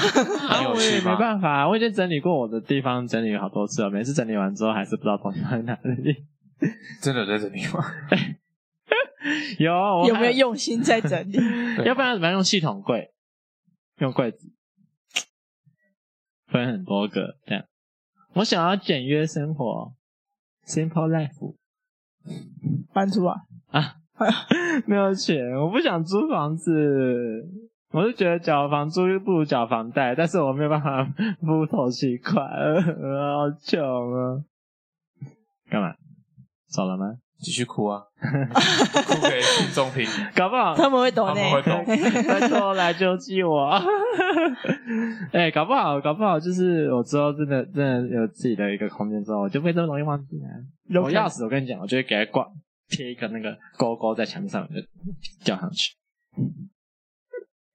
Speaker 1: 很有
Speaker 3: 啊我
Speaker 1: 趣
Speaker 3: 也没
Speaker 1: 吗？
Speaker 3: 办法，我已经整理过我的地方，整理好多次了，每次整理完之后还是不知道东西放在哪里。
Speaker 1: *laughs*
Speaker 3: *laughs*
Speaker 1: 真的有在这里吗？
Speaker 3: 有
Speaker 2: *laughs*
Speaker 3: 我
Speaker 2: 有没有
Speaker 3: 哦还？
Speaker 2: 用心在整理？
Speaker 1: 对
Speaker 3: 要不然怎么样用系统柜？用柜子分很多个这样。我想要简约生活，simple life
Speaker 2: 搬出来，
Speaker 3: 啊， *laughs* 没有钱，我不想租房子。我是觉得缴房租不如缴房贷，但是我没有办法付头期款，好穷啊！干嘛？走了吗？
Speaker 1: 继续哭啊， *laughs* 哭给听众 *laughs* 听，
Speaker 3: 搞
Speaker 2: *laughs*
Speaker 3: 不好
Speaker 2: 他们会懂
Speaker 1: 他
Speaker 2: 呢
Speaker 1: 们。会懂。
Speaker 2: *laughs*
Speaker 3: 拜托来救济我！哎、搞不好，搞不好就是我之后真的真的有自己的一个空间之后，我就不会这么容易忘记啊。
Speaker 2: 有
Speaker 3: 我
Speaker 2: 可能
Speaker 3: 钥匙，我跟你讲，我就会给它挂贴一个那个勾勾在墙上，我就吊上去。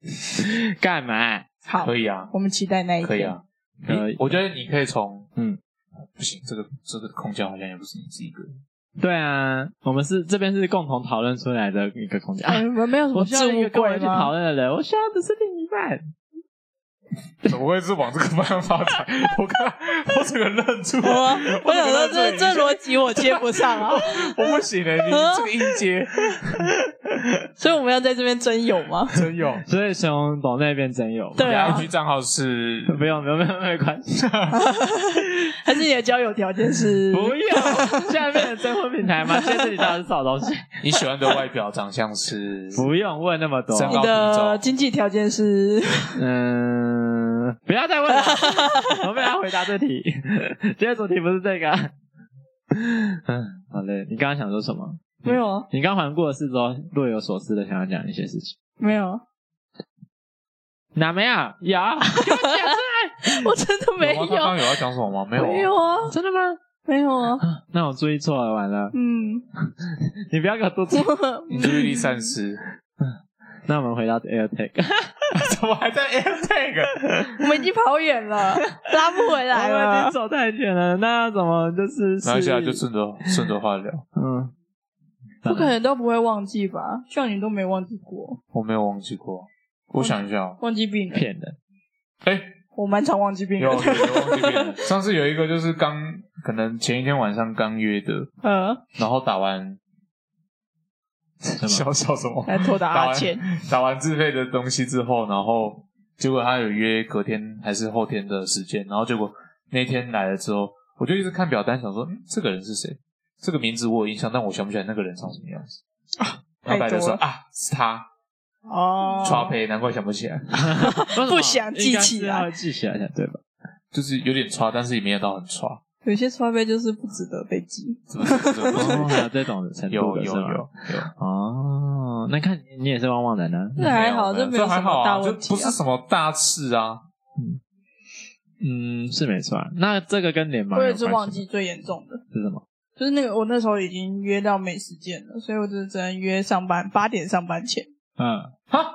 Speaker 3: *laughs* 干嘛？
Speaker 2: 好，
Speaker 1: 可以啊，
Speaker 2: 我们期待那一天。
Speaker 1: 可以啊，
Speaker 3: 可以
Speaker 1: 你我觉得你可以从
Speaker 3: 嗯，
Speaker 1: 不行，这个这个空间好像也不是你自己一 *laughs* 个人，
Speaker 3: 对啊，我们是这边是共同讨论出来的一个空间。
Speaker 2: 哎，
Speaker 3: 啊
Speaker 2: 我们没有什
Speaker 3: 我
Speaker 2: 么
Speaker 3: 需
Speaker 2: 置
Speaker 3: 要一
Speaker 2: 物
Speaker 3: 个跟我
Speaker 2: 柜
Speaker 3: 一起讨
Speaker 2: 吗？
Speaker 3: 论的人，我需要的是另一半。
Speaker 1: 怎么会是往这个方向发 *laughs* 展？我刚我整个愣住
Speaker 2: *laughs* 我
Speaker 1: 了，
Speaker 2: 我想说
Speaker 1: *laughs* 我整
Speaker 2: 这
Speaker 1: 个
Speaker 2: 这
Speaker 1: 在
Speaker 2: 逻辑我接不上啊，
Speaker 1: 我不行了，欸 *laughs* 你这个音阶
Speaker 2: 所以我们要在这边真有吗？
Speaker 1: 真有。
Speaker 3: *laughs* 所以熊董那边真有，
Speaker 2: 对啊
Speaker 1: 你的 IG 账号是
Speaker 3: 不用，不用，不用，没关
Speaker 1: *laughs*
Speaker 3: 系。
Speaker 2: 还是你的交友条件是？
Speaker 3: 不要，现在变成征婚平台吗？现在这里到底是什么东
Speaker 1: *laughs*
Speaker 3: 西？
Speaker 1: 你喜欢的外表、长相是
Speaker 3: 不用问那么多。
Speaker 1: 真
Speaker 2: 你的经济条件是？
Speaker 3: 嗯、不要再问了， *laughs* 我不要回答这题。 *laughs* 今天主题不是这个。 *laughs* 嗯，好嘞。你刚刚想说什么？
Speaker 2: *laughs* 没有啊，
Speaker 3: 你刚环顾了四周，若有所思的想要讲一些事情。
Speaker 2: 没有啊，
Speaker 3: 哪没有？啊有，
Speaker 2: *laughs* 我真的没
Speaker 1: 有吗？他刚刚
Speaker 2: 有，啊
Speaker 1: 有要讲什么吗？没有啊，
Speaker 2: 没有啊，
Speaker 3: *laughs* 真的吗？
Speaker 2: 没有啊，
Speaker 3: 那我注意错了，完了。
Speaker 2: 嗯， *laughs*
Speaker 3: 你不要给我多注意。
Speaker 1: 你注意力散失，
Speaker 3: 那我们回到 AirTag，
Speaker 1: *laughs* 怎么还在 AirTag？
Speaker 2: 我们已经跑远 *laughs* 了，拉不回来
Speaker 3: 我们已经
Speaker 2: 了。
Speaker 3: 走太远了。那要怎么就是？
Speaker 1: 然后接下啊来就顺着顺着话聊，
Speaker 3: 嗯，
Speaker 2: 不可能都不会忘记吧？像你都没忘记过，
Speaker 1: 我没有忘记过，我想一下哦，
Speaker 2: 忘记病人，
Speaker 3: 骗人。
Speaker 1: 哎，
Speaker 2: 我蛮常忘记病
Speaker 1: 有
Speaker 2: 人
Speaker 1: 有
Speaker 2: *laughs* 的。
Speaker 1: 有忘记别人。上次有一个就是刚可能前一天晚上刚约的，
Speaker 2: 嗯，
Speaker 1: 然后打完
Speaker 3: 什么
Speaker 1: 小小什么，
Speaker 2: 来偷打
Speaker 1: 打
Speaker 2: 阿
Speaker 1: 完
Speaker 2: 钱，
Speaker 1: 打完自费的东西之后，然后结果他有约隔天还是后天的时间，然后结果那天来了之后，我就一直看表单，想说、嗯、这个人是谁，这个名字我有印象，但我想不起来那个人长什么样子。然后白就说
Speaker 2: 太多了
Speaker 1: 啊，是他，
Speaker 2: *laughs* 哦，
Speaker 1: 刷胚，难怪想不起来，
Speaker 2: 不想记起来
Speaker 3: 应该是要记起来才对吧？
Speaker 1: 就是有点刷，但是也没有到很
Speaker 2: *laughs*
Speaker 1: 刷，
Speaker 2: 有些刷杯就是不值得被记。
Speaker 1: 怎么怎么怎么
Speaker 3: 哦还有这种程
Speaker 1: 有
Speaker 3: 度的
Speaker 1: 有
Speaker 3: 是
Speaker 1: 有
Speaker 3: 吗？
Speaker 1: 有，
Speaker 3: 哦，那看你也是旺旺人呢。
Speaker 2: 这还好，
Speaker 1: 没有
Speaker 2: 没
Speaker 1: 这
Speaker 2: 有
Speaker 1: 还
Speaker 2: 什
Speaker 1: 好
Speaker 2: 么大
Speaker 1: 啊，这
Speaker 2: 问题
Speaker 1: 不是
Speaker 2: 啊。
Speaker 1: 什么大事啊，
Speaker 3: 嗯，是没错啊。那这个跟脸盲
Speaker 2: 我也
Speaker 3: 有
Speaker 2: 是
Speaker 3: 关
Speaker 2: 忘
Speaker 3: 系
Speaker 2: 记最严重的，
Speaker 3: 是什么？
Speaker 2: 就是那个我那时候已经约到没时间了，所以我就只能约上班八点上班前。
Speaker 3: 嗯，
Speaker 1: 哈，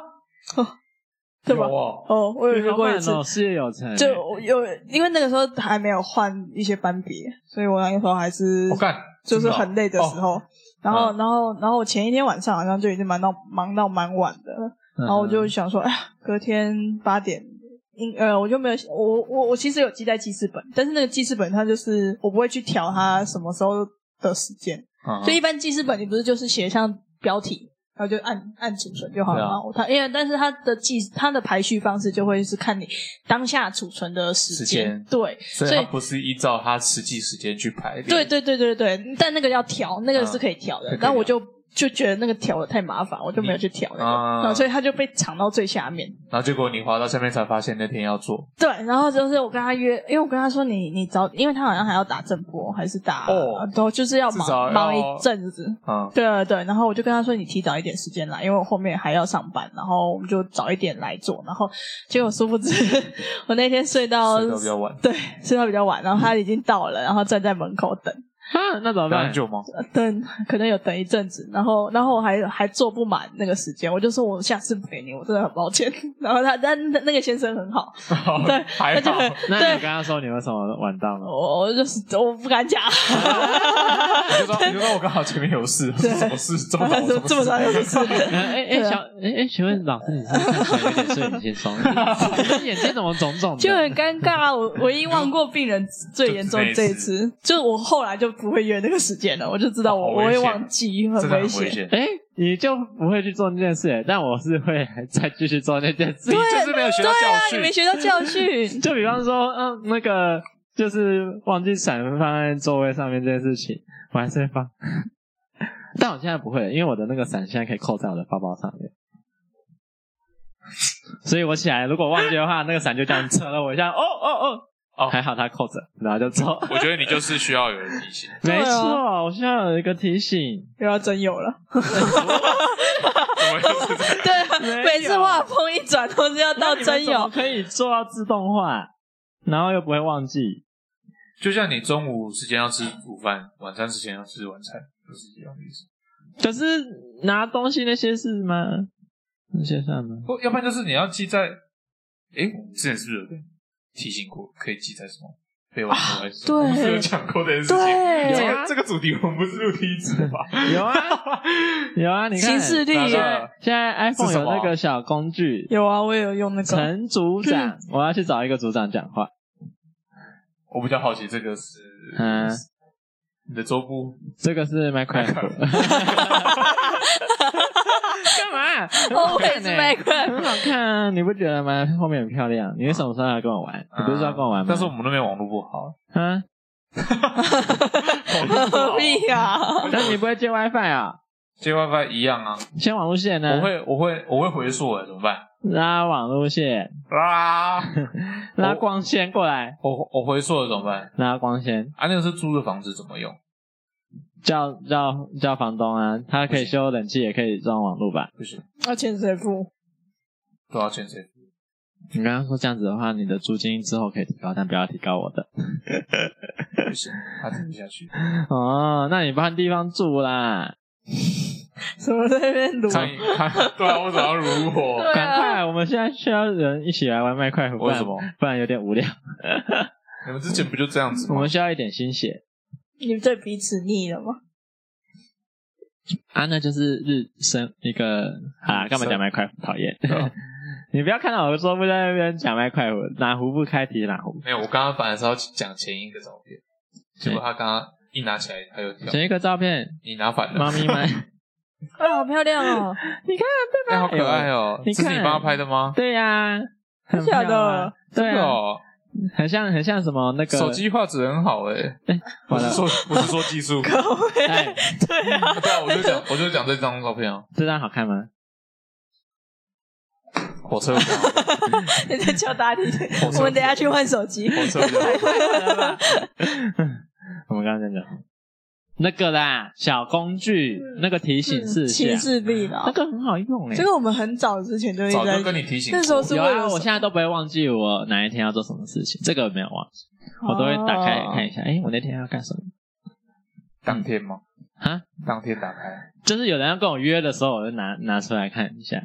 Speaker 2: 对吧
Speaker 1: 有？哦
Speaker 2: 哦，我有遇
Speaker 3: 好
Speaker 2: 过
Speaker 3: 慢
Speaker 2: 一次，
Speaker 3: 哦，事业有成，
Speaker 2: 就我有因为那个时候还没有换一些班别，所以我那个时候还是
Speaker 1: 我干，
Speaker 2: *laughs* 就是
Speaker 1: 真的哦
Speaker 2: 很累的时，
Speaker 1: 哦
Speaker 2: 候。然后，
Speaker 1: 嗯
Speaker 2: 然后，然后我前一天晚上好像就已经忙到忙到蛮晚的，
Speaker 3: 然
Speaker 1: 嗯
Speaker 2: 然后我
Speaker 3: *laughs*
Speaker 2: 就想说，哎呀，隔天八点，应呃，我就没有，我我我其实有记在记事本，但是那个记事本它就是我不会去调它什么时候的时间，
Speaker 1: 嗯
Speaker 2: 所以一般记事本你不是就是写像标题，然后就按按储存就好了
Speaker 1: 对啊
Speaker 2: 嘛。我它因为但是它的记它的排序方式就会是看你当下储存的时
Speaker 1: 时
Speaker 2: 间，
Speaker 1: 间
Speaker 2: 对
Speaker 1: 所以
Speaker 2: 所以
Speaker 1: 它不是依照它实际时间去排列，
Speaker 2: 对对对对对，但那个要调，那个是可以调的，
Speaker 1: 嗯
Speaker 2: 但我就。就觉得那个调的太麻烦，我就没有去调那个，
Speaker 1: 啊
Speaker 2: 然后所以它就被藏到最下面。
Speaker 1: 然后结果你滑到下面才发现那天要做，
Speaker 2: 对，然后就是我跟他约，因为我跟他说你你早，因为他好像还要打正波还是打，呃
Speaker 1: 哦
Speaker 2: 都就是要
Speaker 1: 至少要
Speaker 2: 忙忙一阵子。
Speaker 1: 嗯，
Speaker 2: 对啊对对，然后我就跟他说你提早一点时间来，因为我后面还要上班，然后我们就早一点来做。然后结果殊不知， *laughs* 我那天睡到
Speaker 1: 睡到比较晚，
Speaker 2: 对睡到比较晚，然后他已经到了，然后站在门口等
Speaker 3: 啊，那怎么
Speaker 1: 等
Speaker 3: 办
Speaker 1: 很？久吗？
Speaker 2: 等，可能有等一阵子，然后然后我还还做不满那个时间，我就说我下次不给你，我真的很抱歉。 *laughs* 然后他但那个先生很好，对
Speaker 1: *laughs* 还
Speaker 2: 他就
Speaker 1: 好
Speaker 2: 很，
Speaker 3: 那你
Speaker 2: 对
Speaker 3: 刚刚说你为什么晚到呢？
Speaker 2: 我我就是我不敢
Speaker 1: *laughs*
Speaker 2: 讲，
Speaker 1: 你就说你就说我刚好前面有事，
Speaker 2: 对
Speaker 1: 什么事？这么早
Speaker 2: *laughs* 这么这么早有
Speaker 1: *laughs*
Speaker 2: 事，
Speaker 3: *laughs* 哎哎
Speaker 2: 对
Speaker 3: 哎，
Speaker 2: 啊
Speaker 3: 小哎哎，请问老师，你是不是看起来有点睡眼惺 *laughs* 忪？你眼睛怎么肿肿的？
Speaker 2: 就很尴尬啊！我唯一忘过病人最严重这一次，就我后来就不会约那个时间了，我就知道我
Speaker 1: 好危
Speaker 2: 我会
Speaker 1: 险
Speaker 2: 忘记，很
Speaker 1: 真的很
Speaker 2: 危
Speaker 1: 危。险。
Speaker 3: 哎，你就不会去做那件事，欸但我是会还再继续做那件事，
Speaker 1: 你。就是没有学
Speaker 2: 对
Speaker 1: 到
Speaker 2: 啊，
Speaker 1: 教
Speaker 2: 你
Speaker 1: 训 *laughs*
Speaker 2: 没，学到教训
Speaker 3: *laughs* 就比方说，嗯，那个就是忘记闪放在座位上面这件事情，我还是会放。 *laughs* 但我现在不会了，因为我的那个伞现在可以扣在我的包包上面，所以我起来如果忘记的话，那个伞就这样扯了我一下，哦哦哦，
Speaker 1: 哦
Speaker 3: 还好它扣着，然后就走。
Speaker 1: 我觉得你就是需要有人提醒。
Speaker 2: 对啊
Speaker 3: *laughs* 没错，我需要有一个提醒，
Speaker 2: 又要真有了。
Speaker 1: 怎么又是这样？
Speaker 2: 对啊，
Speaker 3: 没有
Speaker 2: 每次话锋一转都是要到
Speaker 3: 那
Speaker 2: 真
Speaker 3: 你们怎么
Speaker 2: 有。
Speaker 3: 可以做到自动化，然后又不会忘记。
Speaker 1: *laughs* 就像你中午时间要吃午饭，晚餐时间要吃晚餐，就是一样的意思。
Speaker 3: 可是拿东西那些是吗？那些算吗？
Speaker 1: 不，要不然就是你要记在，诶，我们之前是不是有被提醒过，可以记在什么备忘录还是什么？
Speaker 2: 啊对
Speaker 1: 我们是有讲过这件事情。
Speaker 2: 对
Speaker 1: 这
Speaker 3: 有啊
Speaker 1: 个这个主题我们不是录第一次吧？
Speaker 3: *laughs* 有啊，有啊，你看，
Speaker 2: 行事历
Speaker 3: 现
Speaker 1: 耶
Speaker 3: 在现在 iPhone
Speaker 1: 是
Speaker 3: 有
Speaker 1: 什么
Speaker 3: 那个小工具，
Speaker 2: 有啊，我也有用那个，
Speaker 3: 陈组长，我要去找一个组长讲话。
Speaker 1: 我比较好奇这个是，
Speaker 3: 嗯
Speaker 1: 你的桌布
Speaker 3: 这个是 Minecraft，干嘛？很好看
Speaker 2: Always
Speaker 3: 呢
Speaker 2: Minecraft
Speaker 3: *laughs* 很好看啊，你不觉得吗？后面很漂亮。你为什么说要跟我玩？你不是说要跟我玩吗？
Speaker 1: 啊但是我们那边网络不好，
Speaker 3: 啊，
Speaker 1: 网络不好
Speaker 2: 何必
Speaker 1: *laughs*
Speaker 2: 啊？
Speaker 3: 但你不会接 WiFi 啊？
Speaker 1: 接 WiFi 一样啊。
Speaker 3: 先网路线呢？
Speaker 1: 我会我会我会回溯哎，怎么办？
Speaker 3: 拉网路线，
Speaker 1: 啦，
Speaker 3: 拉光纤过来，
Speaker 1: 我我回溯了怎么办？
Speaker 3: 拉光纤。
Speaker 1: 啊，那个是租的房子怎么用？
Speaker 3: 叫叫叫房东啊，他可以修冷气，也可以装网络吧？
Speaker 1: 不行，
Speaker 2: 要钱谁付？
Speaker 1: 都要欠谁？
Speaker 3: 你刚刚说这样子的话，你的租金之后可以提高，但不要提高我的。
Speaker 1: 不行，他听不下
Speaker 3: *laughs*
Speaker 1: 去。
Speaker 3: 哦，那你换地方住啦，
Speaker 2: 什么在那边
Speaker 3: 啊
Speaker 2: 撸？
Speaker 1: 苍蝇，他对啊，我怎么要如火？
Speaker 2: 对
Speaker 3: 赶
Speaker 2: 啊，
Speaker 3: 快！我们现在需要人一起来玩麦快活，不
Speaker 1: 为
Speaker 3: 然
Speaker 1: 什么？
Speaker 3: 不然有点
Speaker 2: *laughs*
Speaker 3: 无聊。
Speaker 2: 哦
Speaker 1: 你们之前不就这样子
Speaker 3: 我
Speaker 1: 吗
Speaker 3: 们？需要一点新血
Speaker 2: 你们对彼此腻了吗？
Speaker 3: 啊，那就是日升一个啊，干嘛讲麦快活？讨厌
Speaker 1: 对
Speaker 2: 哦
Speaker 1: 啊！
Speaker 3: *laughs* 你不要看到我说不在那边讲麦快活，哪壶不开提哪壶。
Speaker 1: *laughs* 没有，我刚刚本来是要讲前一个照片，结果他刚刚一拿起来，他又跳，
Speaker 3: 选一个照片，
Speaker 1: 你拿反了 *laughs*
Speaker 3: 猫，
Speaker 2: *laughs*
Speaker 3: 咪们，
Speaker 2: 哎，好漂亮 *laughs* 哦！
Speaker 1: 哎，好可爱哦！
Speaker 3: 你
Speaker 1: 这
Speaker 3: 看
Speaker 1: 是你帮他拍的吗？
Speaker 3: 对呀、很
Speaker 2: 真假的
Speaker 3: 漂亮啊，对
Speaker 1: 对
Speaker 3: 啊，
Speaker 1: 哦，
Speaker 3: 很像很像什么那个
Speaker 1: 手机画质很好哎。不
Speaker 3: 完
Speaker 1: 是说
Speaker 3: 了，
Speaker 1: 不是说技术，
Speaker 2: 可 *laughs* 会
Speaker 3: 哎，
Speaker 2: 对啊，
Speaker 1: 对啊，我就讲我就讲这张照片啊，
Speaker 3: 这张好看吗？
Speaker 1: 火车比较好看
Speaker 2: 你在敲打你。
Speaker 1: 火车
Speaker 2: 我们等一下去换手机。
Speaker 1: 火车比
Speaker 3: *laughs*
Speaker 1: 较好看
Speaker 3: 我们刚刚在讲那个啦，小工具，那个
Speaker 2: 嗯
Speaker 3: 提醒事
Speaker 2: 骑
Speaker 3: 项，
Speaker 2: 士币啦
Speaker 3: 那，啊
Speaker 2: *laughs*
Speaker 3: 个很好用诶
Speaker 2: 这。个我们很早之前就一直
Speaker 1: 早
Speaker 2: 在
Speaker 1: 就跟你提醒过
Speaker 2: 那时候是
Speaker 3: 有
Speaker 2: 为
Speaker 3: 啊，
Speaker 2: 了
Speaker 3: 我现在都不会忘记我哪一天要做什么事情，这个没有忘记，我都会打
Speaker 2: 哦
Speaker 3: 开看一下，哎，我那天要干什么
Speaker 1: 当天吗？
Speaker 3: 啊？
Speaker 1: *laughs* 当天打开，
Speaker 3: 就是有人要跟我约的时候，我就拿拿出来看一下。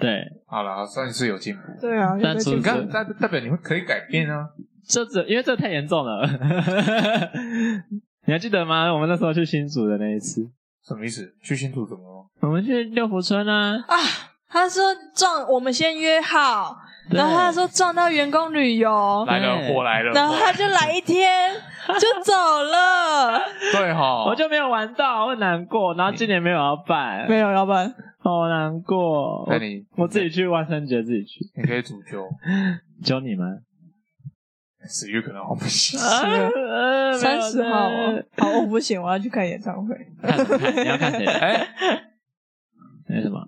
Speaker 3: 对，
Speaker 1: 好了，算是有进步。
Speaker 2: 对啊，
Speaker 3: 但
Speaker 2: 有在
Speaker 3: 除
Speaker 1: 你
Speaker 2: 进步
Speaker 1: 看，代代表你会可以改变啊。
Speaker 3: 这只因为这太严重了。 *laughs* 你还记得吗？我们那时候去新竹的那一次，
Speaker 1: 什么意思？去新竹怎么了？
Speaker 3: 我们去六福村啊。
Speaker 2: 啊，他说撞，我们先约好，然后他
Speaker 3: 对
Speaker 2: 说撞到员工旅游，
Speaker 1: 来了，
Speaker 3: 对
Speaker 1: 火来了。
Speaker 2: 然后 *laughs*
Speaker 1: 火
Speaker 2: 他就来一 *laughs* 天就走了，
Speaker 1: 对哈，
Speaker 3: 我就没有玩到，我很难过。然后今年没有要办，
Speaker 2: *laughs*
Speaker 3: 哦
Speaker 2: 没有老板，
Speaker 3: 好难过。
Speaker 1: 那你
Speaker 3: 哦我自己去万圣节自己去，
Speaker 1: 你可以主修，
Speaker 3: 教你们。
Speaker 1: 十月可能好不行。
Speaker 3: *laughs* 啊
Speaker 2: 三十号哦
Speaker 3: 哦，，
Speaker 2: 好，我不行，我要去看演唱会，
Speaker 3: 看什么看？ *laughs* 你要看谁的？
Speaker 1: 哎，
Speaker 3: 那什么？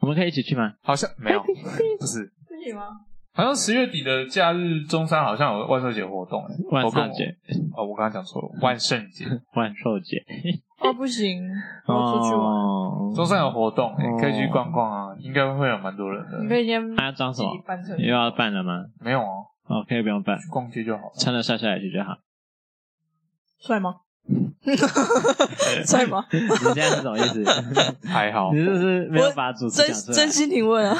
Speaker 3: 我们可以一起去吗？
Speaker 1: 好像没有，不是，
Speaker 2: 不行吗？
Speaker 1: 好像十月底的假日，中山好像有万圣节活动哎，
Speaker 3: 万
Speaker 1: 我跟
Speaker 3: 圣
Speaker 1: 我
Speaker 3: 节，
Speaker 1: 哦，我刚刚讲错了，万圣节，
Speaker 3: 万寿节，
Speaker 2: 哦，不 *laughs* 行，我要出去玩，
Speaker 3: 哦
Speaker 1: 中山有活动哎
Speaker 3: 哦，
Speaker 1: 可以去逛逛啊，应该会有蛮多人
Speaker 2: 你
Speaker 1: 的
Speaker 2: 可。以先
Speaker 3: 那要装什
Speaker 2: 自己
Speaker 3: 么？
Speaker 2: 办成
Speaker 3: 又要办了吗？
Speaker 1: 没有啊，
Speaker 3: 哦，可以不用办，
Speaker 1: 去逛街就好了。
Speaker 3: 穿着帅帅的去就好。
Speaker 2: 帅 *laughs* 吗？帅吗？
Speaker 3: 你现在是什么意思？
Speaker 1: 还好
Speaker 3: *laughs* 你，是不是没有把主持
Speaker 2: 真
Speaker 3: 讲出来？
Speaker 2: 真心提问 *laughs* 啊，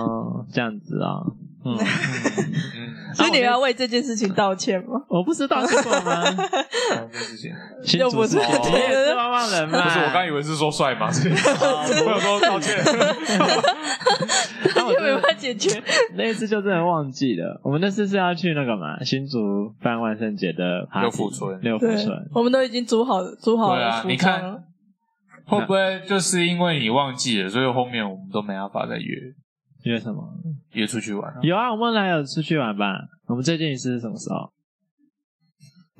Speaker 3: 哦，这样子啊、哦，嗯，
Speaker 1: 嗯，
Speaker 2: 所以你要为这件事情道歉吗？
Speaker 3: 我不知道是过吗？
Speaker 1: 这件事情
Speaker 3: 新
Speaker 2: 又
Speaker 3: 主
Speaker 2: 不是
Speaker 3: 持人你也是旺旺人嘛？
Speaker 1: 不是，我刚以为是说帅吗？ *laughs*
Speaker 3: 哦
Speaker 1: 我有说道歉。
Speaker 2: *laughs*
Speaker 3: 那我
Speaker 2: 就
Speaker 3: 真
Speaker 2: 没
Speaker 3: 的
Speaker 2: 办法解决，
Speaker 3: *laughs* 那一次就真的忘记了。我们那次是要去那个嘛，新竹办万圣节的 party，
Speaker 1: 六福村
Speaker 3: 六福
Speaker 2: 对
Speaker 3: 村，，
Speaker 2: 我们都已经组好组好
Speaker 1: 对
Speaker 2: 了
Speaker 1: 啊
Speaker 2: 服
Speaker 1: 你看
Speaker 2: 装了，
Speaker 1: 会不会就是因为你忘记了，所以后面我们都没办法再约
Speaker 3: 约什么？
Speaker 1: 约出去玩啊？
Speaker 3: 有啊，我们来有出去玩吧。我们最近一次是什么时候？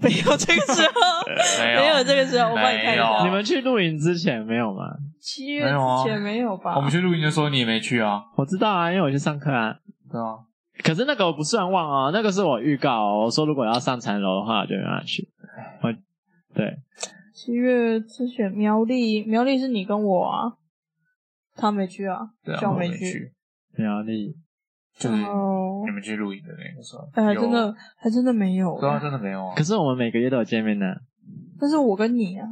Speaker 2: 没有这个时候。
Speaker 1: *laughs* 没
Speaker 2: 没有这个时候，我帮你看
Speaker 1: 没
Speaker 2: 一
Speaker 1: 有
Speaker 2: 下。
Speaker 3: 你们去露营之前没有吗？
Speaker 2: 七月之前没有吧？
Speaker 1: 我们去录音的时候你也没去啊，
Speaker 3: 我知道啊，因为我去上课啊。
Speaker 1: 对啊，
Speaker 3: 可是那个我不算忘哦，那个是我预告、哦，我说如果要上残楼的话，我就没办法去。我对
Speaker 2: 七月之前苗栗，苗栗是你跟我啊，他没去啊
Speaker 1: 对，啊，
Speaker 2: 小
Speaker 1: 我没
Speaker 2: 没去。
Speaker 1: 去，
Speaker 3: 苗栗，
Speaker 1: 就是
Speaker 2: 哦
Speaker 1: 你，们去录音的那个时候，
Speaker 2: 哎，还
Speaker 1: 嗯有啊
Speaker 2: 真，的还真的没有欸
Speaker 1: 对。啊，真的没有啊
Speaker 3: 可。是我们每个月都有见面呢。
Speaker 2: 但是我跟你啊，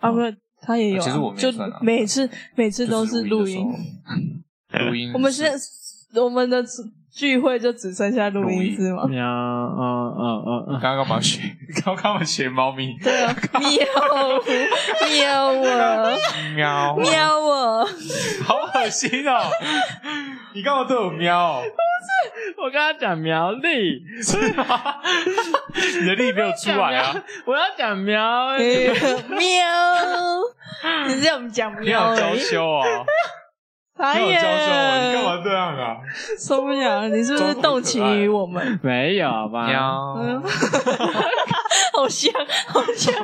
Speaker 2: 啊不是，他也有啊。
Speaker 1: 其实我没
Speaker 2: 就
Speaker 1: 哦算啊
Speaker 2: 每次每次都
Speaker 1: 就是是
Speaker 2: 录
Speaker 1: 音
Speaker 2: 音，
Speaker 1: 的时候，录音，
Speaker 2: 我们现在我们的聚会就只剩下录音是吗？
Speaker 3: 喵，嗯嗯嗯嗯，
Speaker 1: 刚刚干嘛学？ *laughs* 刚刚干嘛学猫咪？
Speaker 2: 对啊，
Speaker 1: *laughs*
Speaker 2: 喵喵我
Speaker 1: 喵，
Speaker 2: 喵
Speaker 1: *laughs*
Speaker 2: 我，
Speaker 1: 好恶心哦！你干嘛对我
Speaker 2: *laughs*
Speaker 1: 喵？
Speaker 3: *laughs* 我刚刚讲苗栗，
Speaker 1: 你的力没有出来啊！
Speaker 3: 我要讲苗栗。
Speaker 2: 喵，你这样讲
Speaker 1: 你
Speaker 2: 喵
Speaker 1: 好娇
Speaker 2: 而已。
Speaker 1: 羞哦，
Speaker 2: 哎
Speaker 1: 你好娇
Speaker 2: 呀，
Speaker 1: 羞哦，你干嘛这样啊？
Speaker 2: 受不了，你是不是动情于我们？
Speaker 3: 没有吧？
Speaker 2: 嗯
Speaker 1: 喵，
Speaker 2: 好香，好香！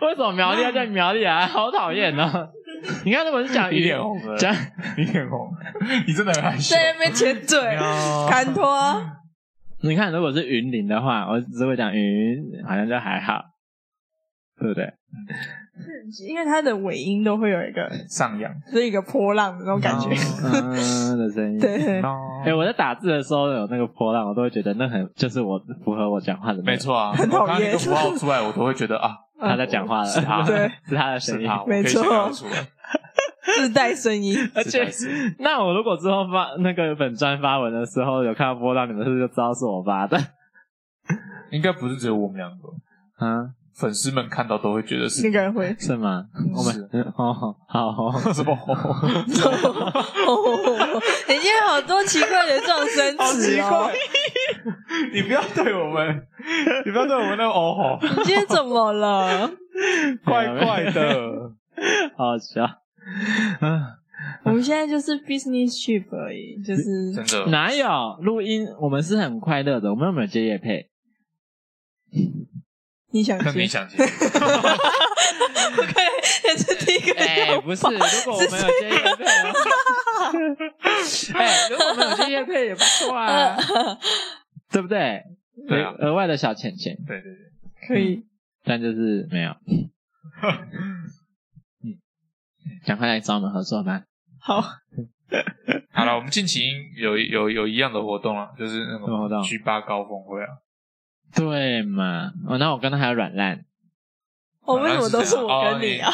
Speaker 3: 为什么苗栗要叫苗栗啊？ *laughs* 好讨厌
Speaker 1: *laughs*
Speaker 3: 哦！你看，如果是讲
Speaker 1: 你
Speaker 3: 鱼
Speaker 1: 脸红了，
Speaker 3: 讲
Speaker 1: 你脸红， *laughs* 你真的很害羞。
Speaker 2: 在那边舔嘴，
Speaker 1: *laughs* 喵
Speaker 2: 砍拖，
Speaker 3: 你看，如果是云林的话，我只会讲云，好像就还好，对不对？
Speaker 2: 因为它的尾音都会有一个
Speaker 1: 上扬，
Speaker 2: 是一个波浪的那种感
Speaker 1: 哦
Speaker 2: 觉。
Speaker 3: 嗯的 *laughs* 声音。。
Speaker 2: 对，
Speaker 3: 哎、我在打字的时候有那个波浪，我都会觉得那很就是我符合我讲话的。
Speaker 1: 没，错啊，
Speaker 2: 很讨厌
Speaker 1: 我看那个符号出来，我都会觉得啊，
Speaker 2: 嗯
Speaker 3: 他在讲话
Speaker 1: *laughs*
Speaker 3: 了，
Speaker 1: 是他
Speaker 2: 对，
Speaker 3: *laughs* 是他的声
Speaker 1: 是
Speaker 3: 音。
Speaker 1: 他，我
Speaker 2: 没错
Speaker 1: 可以想象出来
Speaker 2: 自带声音。
Speaker 3: 而
Speaker 1: 是
Speaker 3: 且
Speaker 1: 他是，
Speaker 3: *laughs* 那我如果之后发那个本专发文的时候有看到波浪，你们是不是就知道是我发的？
Speaker 1: 应该不是只有我们两个，
Speaker 3: *laughs* 啊，
Speaker 1: 粉丝们看到都会觉得是
Speaker 2: 那个人会，
Speaker 3: 是吗？我们 *laughs* 哦，好哦，
Speaker 1: *laughs* 什么？
Speaker 2: 哦，你今天好多奇怪的撞声词哦！！
Speaker 1: *laughs* 你不要对我们，你不要对我们那个哦吼，
Speaker 2: 你今天怎么了？
Speaker 1: 怪怪的。
Speaker 3: 好好笑。 *laughs* 啊，
Speaker 1: *laughs*
Speaker 2: 我们现在就是 business trip 而已，就是
Speaker 1: 真的，
Speaker 3: 哪有录音？我们是很快乐的，我们有没有接夜配？
Speaker 2: 你想
Speaker 1: 那你
Speaker 2: 接，
Speaker 1: 想清楚，
Speaker 2: *laughs* 对，也是第一个
Speaker 3: 哎、 *laughs*
Speaker 2: 要
Speaker 3: 不是，如果我们有接夜配的 *laughs* 话，哎、如果我们有接夜配也不错啊， *laughs* 对不对？
Speaker 1: 对啊
Speaker 3: 额外的小钱钱，
Speaker 1: 对对对，
Speaker 2: *laughs* 可以。
Speaker 3: 但就是 *laughs* 没有。嗯，赶快来找我们合作吧。
Speaker 2: 好，
Speaker 1: 嗯好了，我们近期有有有一样的活动啊，就是那
Speaker 3: 什么活
Speaker 1: 种
Speaker 3: 动
Speaker 1: G 八高峰会啊，
Speaker 3: 对嘛？哦，那我刚刚还有软烂，
Speaker 2: 哦，为什么都是我
Speaker 1: 哦
Speaker 2: 跟你啊？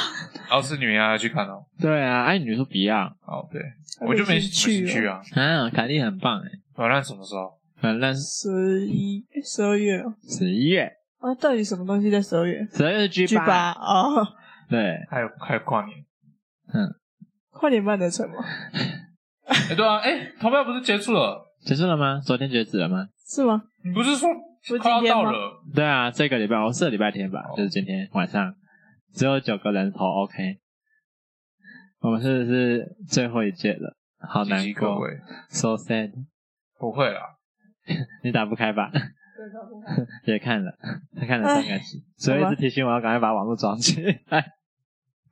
Speaker 1: 然后是你们要去看哦。
Speaker 3: 对啊，哎、你就说不要
Speaker 1: 哦，对，
Speaker 2: 我
Speaker 1: 我就没
Speaker 2: 已经去
Speaker 1: 没兴趣啊。
Speaker 3: 啊，凯莉很棒哎、
Speaker 1: 反正啊什么时候？
Speaker 3: 反正
Speaker 2: 十一十二月哦
Speaker 3: 十一月，
Speaker 2: 啊，到底什么东西在十二月？
Speaker 3: 十二月 G
Speaker 2: 剧吧，啊，
Speaker 3: 对，
Speaker 1: 还有还有跨年？
Speaker 2: 快点办得成吗？
Speaker 1: 哎，对啊，哎，投票不是结束了？
Speaker 3: 结束了吗？昨天截止了吗？
Speaker 2: 是吗？
Speaker 1: 你不是说
Speaker 2: 是
Speaker 1: 快要
Speaker 2: 今天
Speaker 1: 到
Speaker 2: 吗
Speaker 1: 了？
Speaker 3: 对啊，这个礼拜我是礼拜天吧，
Speaker 1: 哦
Speaker 3: 就是今天晚上，只有九个人投 OK，我们是不是最后一届了？好难
Speaker 1: 岌岌可
Speaker 3: 过
Speaker 1: 危
Speaker 3: ，so sad，
Speaker 1: 不会啦，
Speaker 3: 你打不开吧？也看了，他看了三个集，所以一
Speaker 2: 好
Speaker 3: 直
Speaker 2: 吧
Speaker 3: 提醒我要赶快把网络装起来。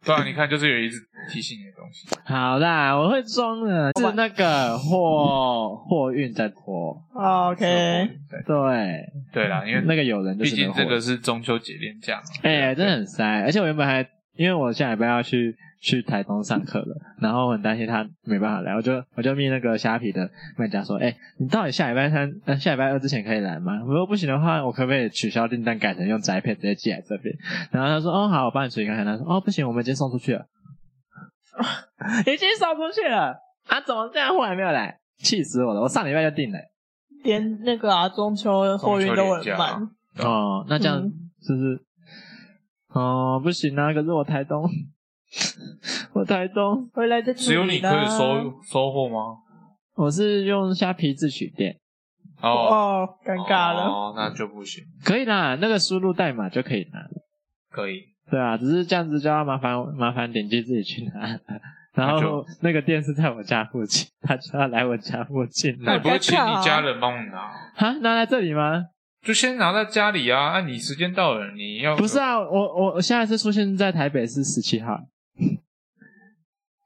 Speaker 1: 对 *laughs* 啊，你看，就是有一直提醒你的东西。
Speaker 3: *laughs* 好啦，我会装的，是那个货货运在拖，
Speaker 2: 啊，OK，
Speaker 1: 对
Speaker 3: 对，
Speaker 1: 对啦，因为
Speaker 3: 那个有人就
Speaker 1: 毕
Speaker 3: 是
Speaker 1: 竟
Speaker 3: 能货
Speaker 1: 这个是中秋节连假嘛。
Speaker 3: 哎、真的很塞，而且我原本还因为我下礼拜要去去台东上课了，然后我很担心他没办法来，我就我就密那个虾皮的卖家说，哎、你到底下礼拜三、呃、下礼拜二之前可以来吗？我说不行的话，我可不可以取消订单，改成用宅配直接寄来这边？然后他说，哦好，我帮你处理看看。他说，哦不行，我们已经送出去了， *laughs* 已经送出去了啊，怎么这样货还没有来？气死我了！我上礼拜就订了、
Speaker 2: 连那个啊中秋货运都
Speaker 1: 中秋连
Speaker 2: 很
Speaker 1: 假
Speaker 2: 慢
Speaker 1: 啊，对
Speaker 3: 哦，那这样
Speaker 2: 嗯
Speaker 3: 就是，哦，不行啊！可是我台东， *laughs* 我台东，
Speaker 2: 回来再处理
Speaker 1: 只有你可以
Speaker 2: 啦
Speaker 1: 收收获吗？
Speaker 3: 我是用虾皮自取店，
Speaker 1: 哦，
Speaker 2: 哦，尴尬了，
Speaker 1: 哦，那就不行，
Speaker 3: 可以啦，那个输入代码就可以拿。
Speaker 1: 可以。
Speaker 3: 对啊，只是这样子就要麻烦麻烦点击自己去拿。 *laughs* 然
Speaker 1: 那
Speaker 3: 后
Speaker 1: 就
Speaker 3: 那个店是在我家附近， *laughs* 他就要来我家附近
Speaker 1: 那
Speaker 3: 拿
Speaker 1: 也不会请
Speaker 2: 好尴尬
Speaker 1: 你
Speaker 2: 哦
Speaker 1: 家人帮你拿，
Speaker 3: 啊？拿来这里吗？
Speaker 1: 就先拿在家里啊。按你时间到了，你要
Speaker 3: 不是啊，我我我下一次出现在台北是十七号，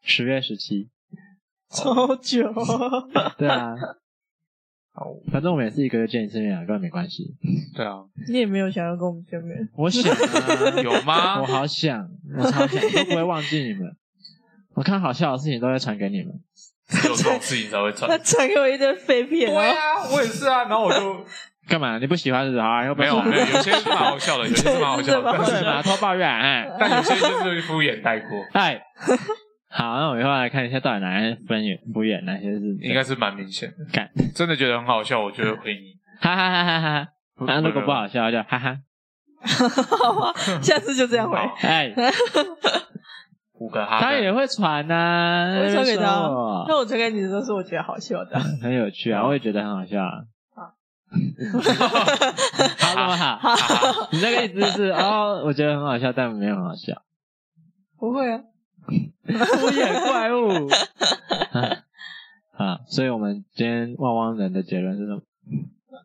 Speaker 3: 十月十七。
Speaker 2: *laughs* 超久， *laughs*
Speaker 3: *laughs* 对啊，
Speaker 1: 好
Speaker 3: 反正我们也是一个月见一次面啊，根本没关系。
Speaker 1: 对啊，
Speaker 2: 你也没有想要跟我们见面， *laughs*
Speaker 3: 我想、啊、
Speaker 1: 有吗
Speaker 3: *laughs* 我好想，我超想，都不会忘记你们。我看好笑的事情都会传给你们。
Speaker 1: 只有这种事情才会传
Speaker 2: 他。传给我一堆废片，
Speaker 1: 对
Speaker 2: 然后
Speaker 1: 啊，我也是啊，然后我就
Speaker 3: 干嘛？你不喜欢是不是好啊？又不
Speaker 1: *laughs* 没有
Speaker 3: 是
Speaker 1: 没有，有些是蛮好笑的，有些是蛮好笑的，
Speaker 2: 对
Speaker 1: 但
Speaker 3: 不
Speaker 2: 是
Speaker 1: 是
Speaker 3: 是嘛？偷抱怨，哎
Speaker 1: 但有些就是敷衍带过，
Speaker 3: 哎。好，那我以后来看一下到底哪些分远不远，哪些是
Speaker 1: 应该是蛮明显的。
Speaker 3: 干，
Speaker 1: 真的觉得很好笑，我就会回你。
Speaker 3: 哈哈哈哈哈。那如果不好笑就哈哈，
Speaker 1: *laughs*
Speaker 2: 好吧，下次就这样回。
Speaker 1: 好
Speaker 3: 哎，
Speaker 1: 五个哈，
Speaker 3: 他也会传呐，
Speaker 2: 我传给他
Speaker 3: 那边说我 *laughs*
Speaker 2: 那我传给你的都是我觉得好笑
Speaker 1: *laughs*
Speaker 2: 的，
Speaker 3: 很有趣啊，我也觉得很好笑啊。好，好不好？
Speaker 1: 哈哈，
Speaker 3: *laughs* 你那个意思是哦，我觉得很好笑，但没有很好笑。
Speaker 2: 不会啊，
Speaker 3: 敷衍怪 *laughs* 物。啊，所以我们今天汪汪人的结论是什么？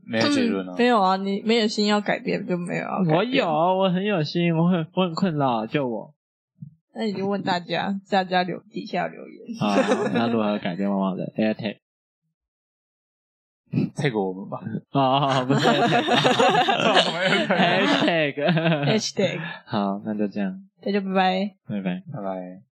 Speaker 1: 没有结论啊 *laughs*
Speaker 2: 嗯。没有啊，你没有心要改变就没有啊。
Speaker 3: 我有，，我很有心，我很我很困扰，救 *laughs* 我
Speaker 2: *laughs* 那你就问大家，大家留底下留言。
Speaker 3: 啊！那如何改变汪 *laughs* 汪人？Air Tag
Speaker 1: 配给我们吧。 *laughs*
Speaker 3: 哦，不是 Air Tag，Hashtag。
Speaker 2: *laughs* #hashtag，
Speaker 3: *laughs* 好，那就这样，
Speaker 2: 大家拜拜。
Speaker 3: 拜拜。
Speaker 1: 拜拜。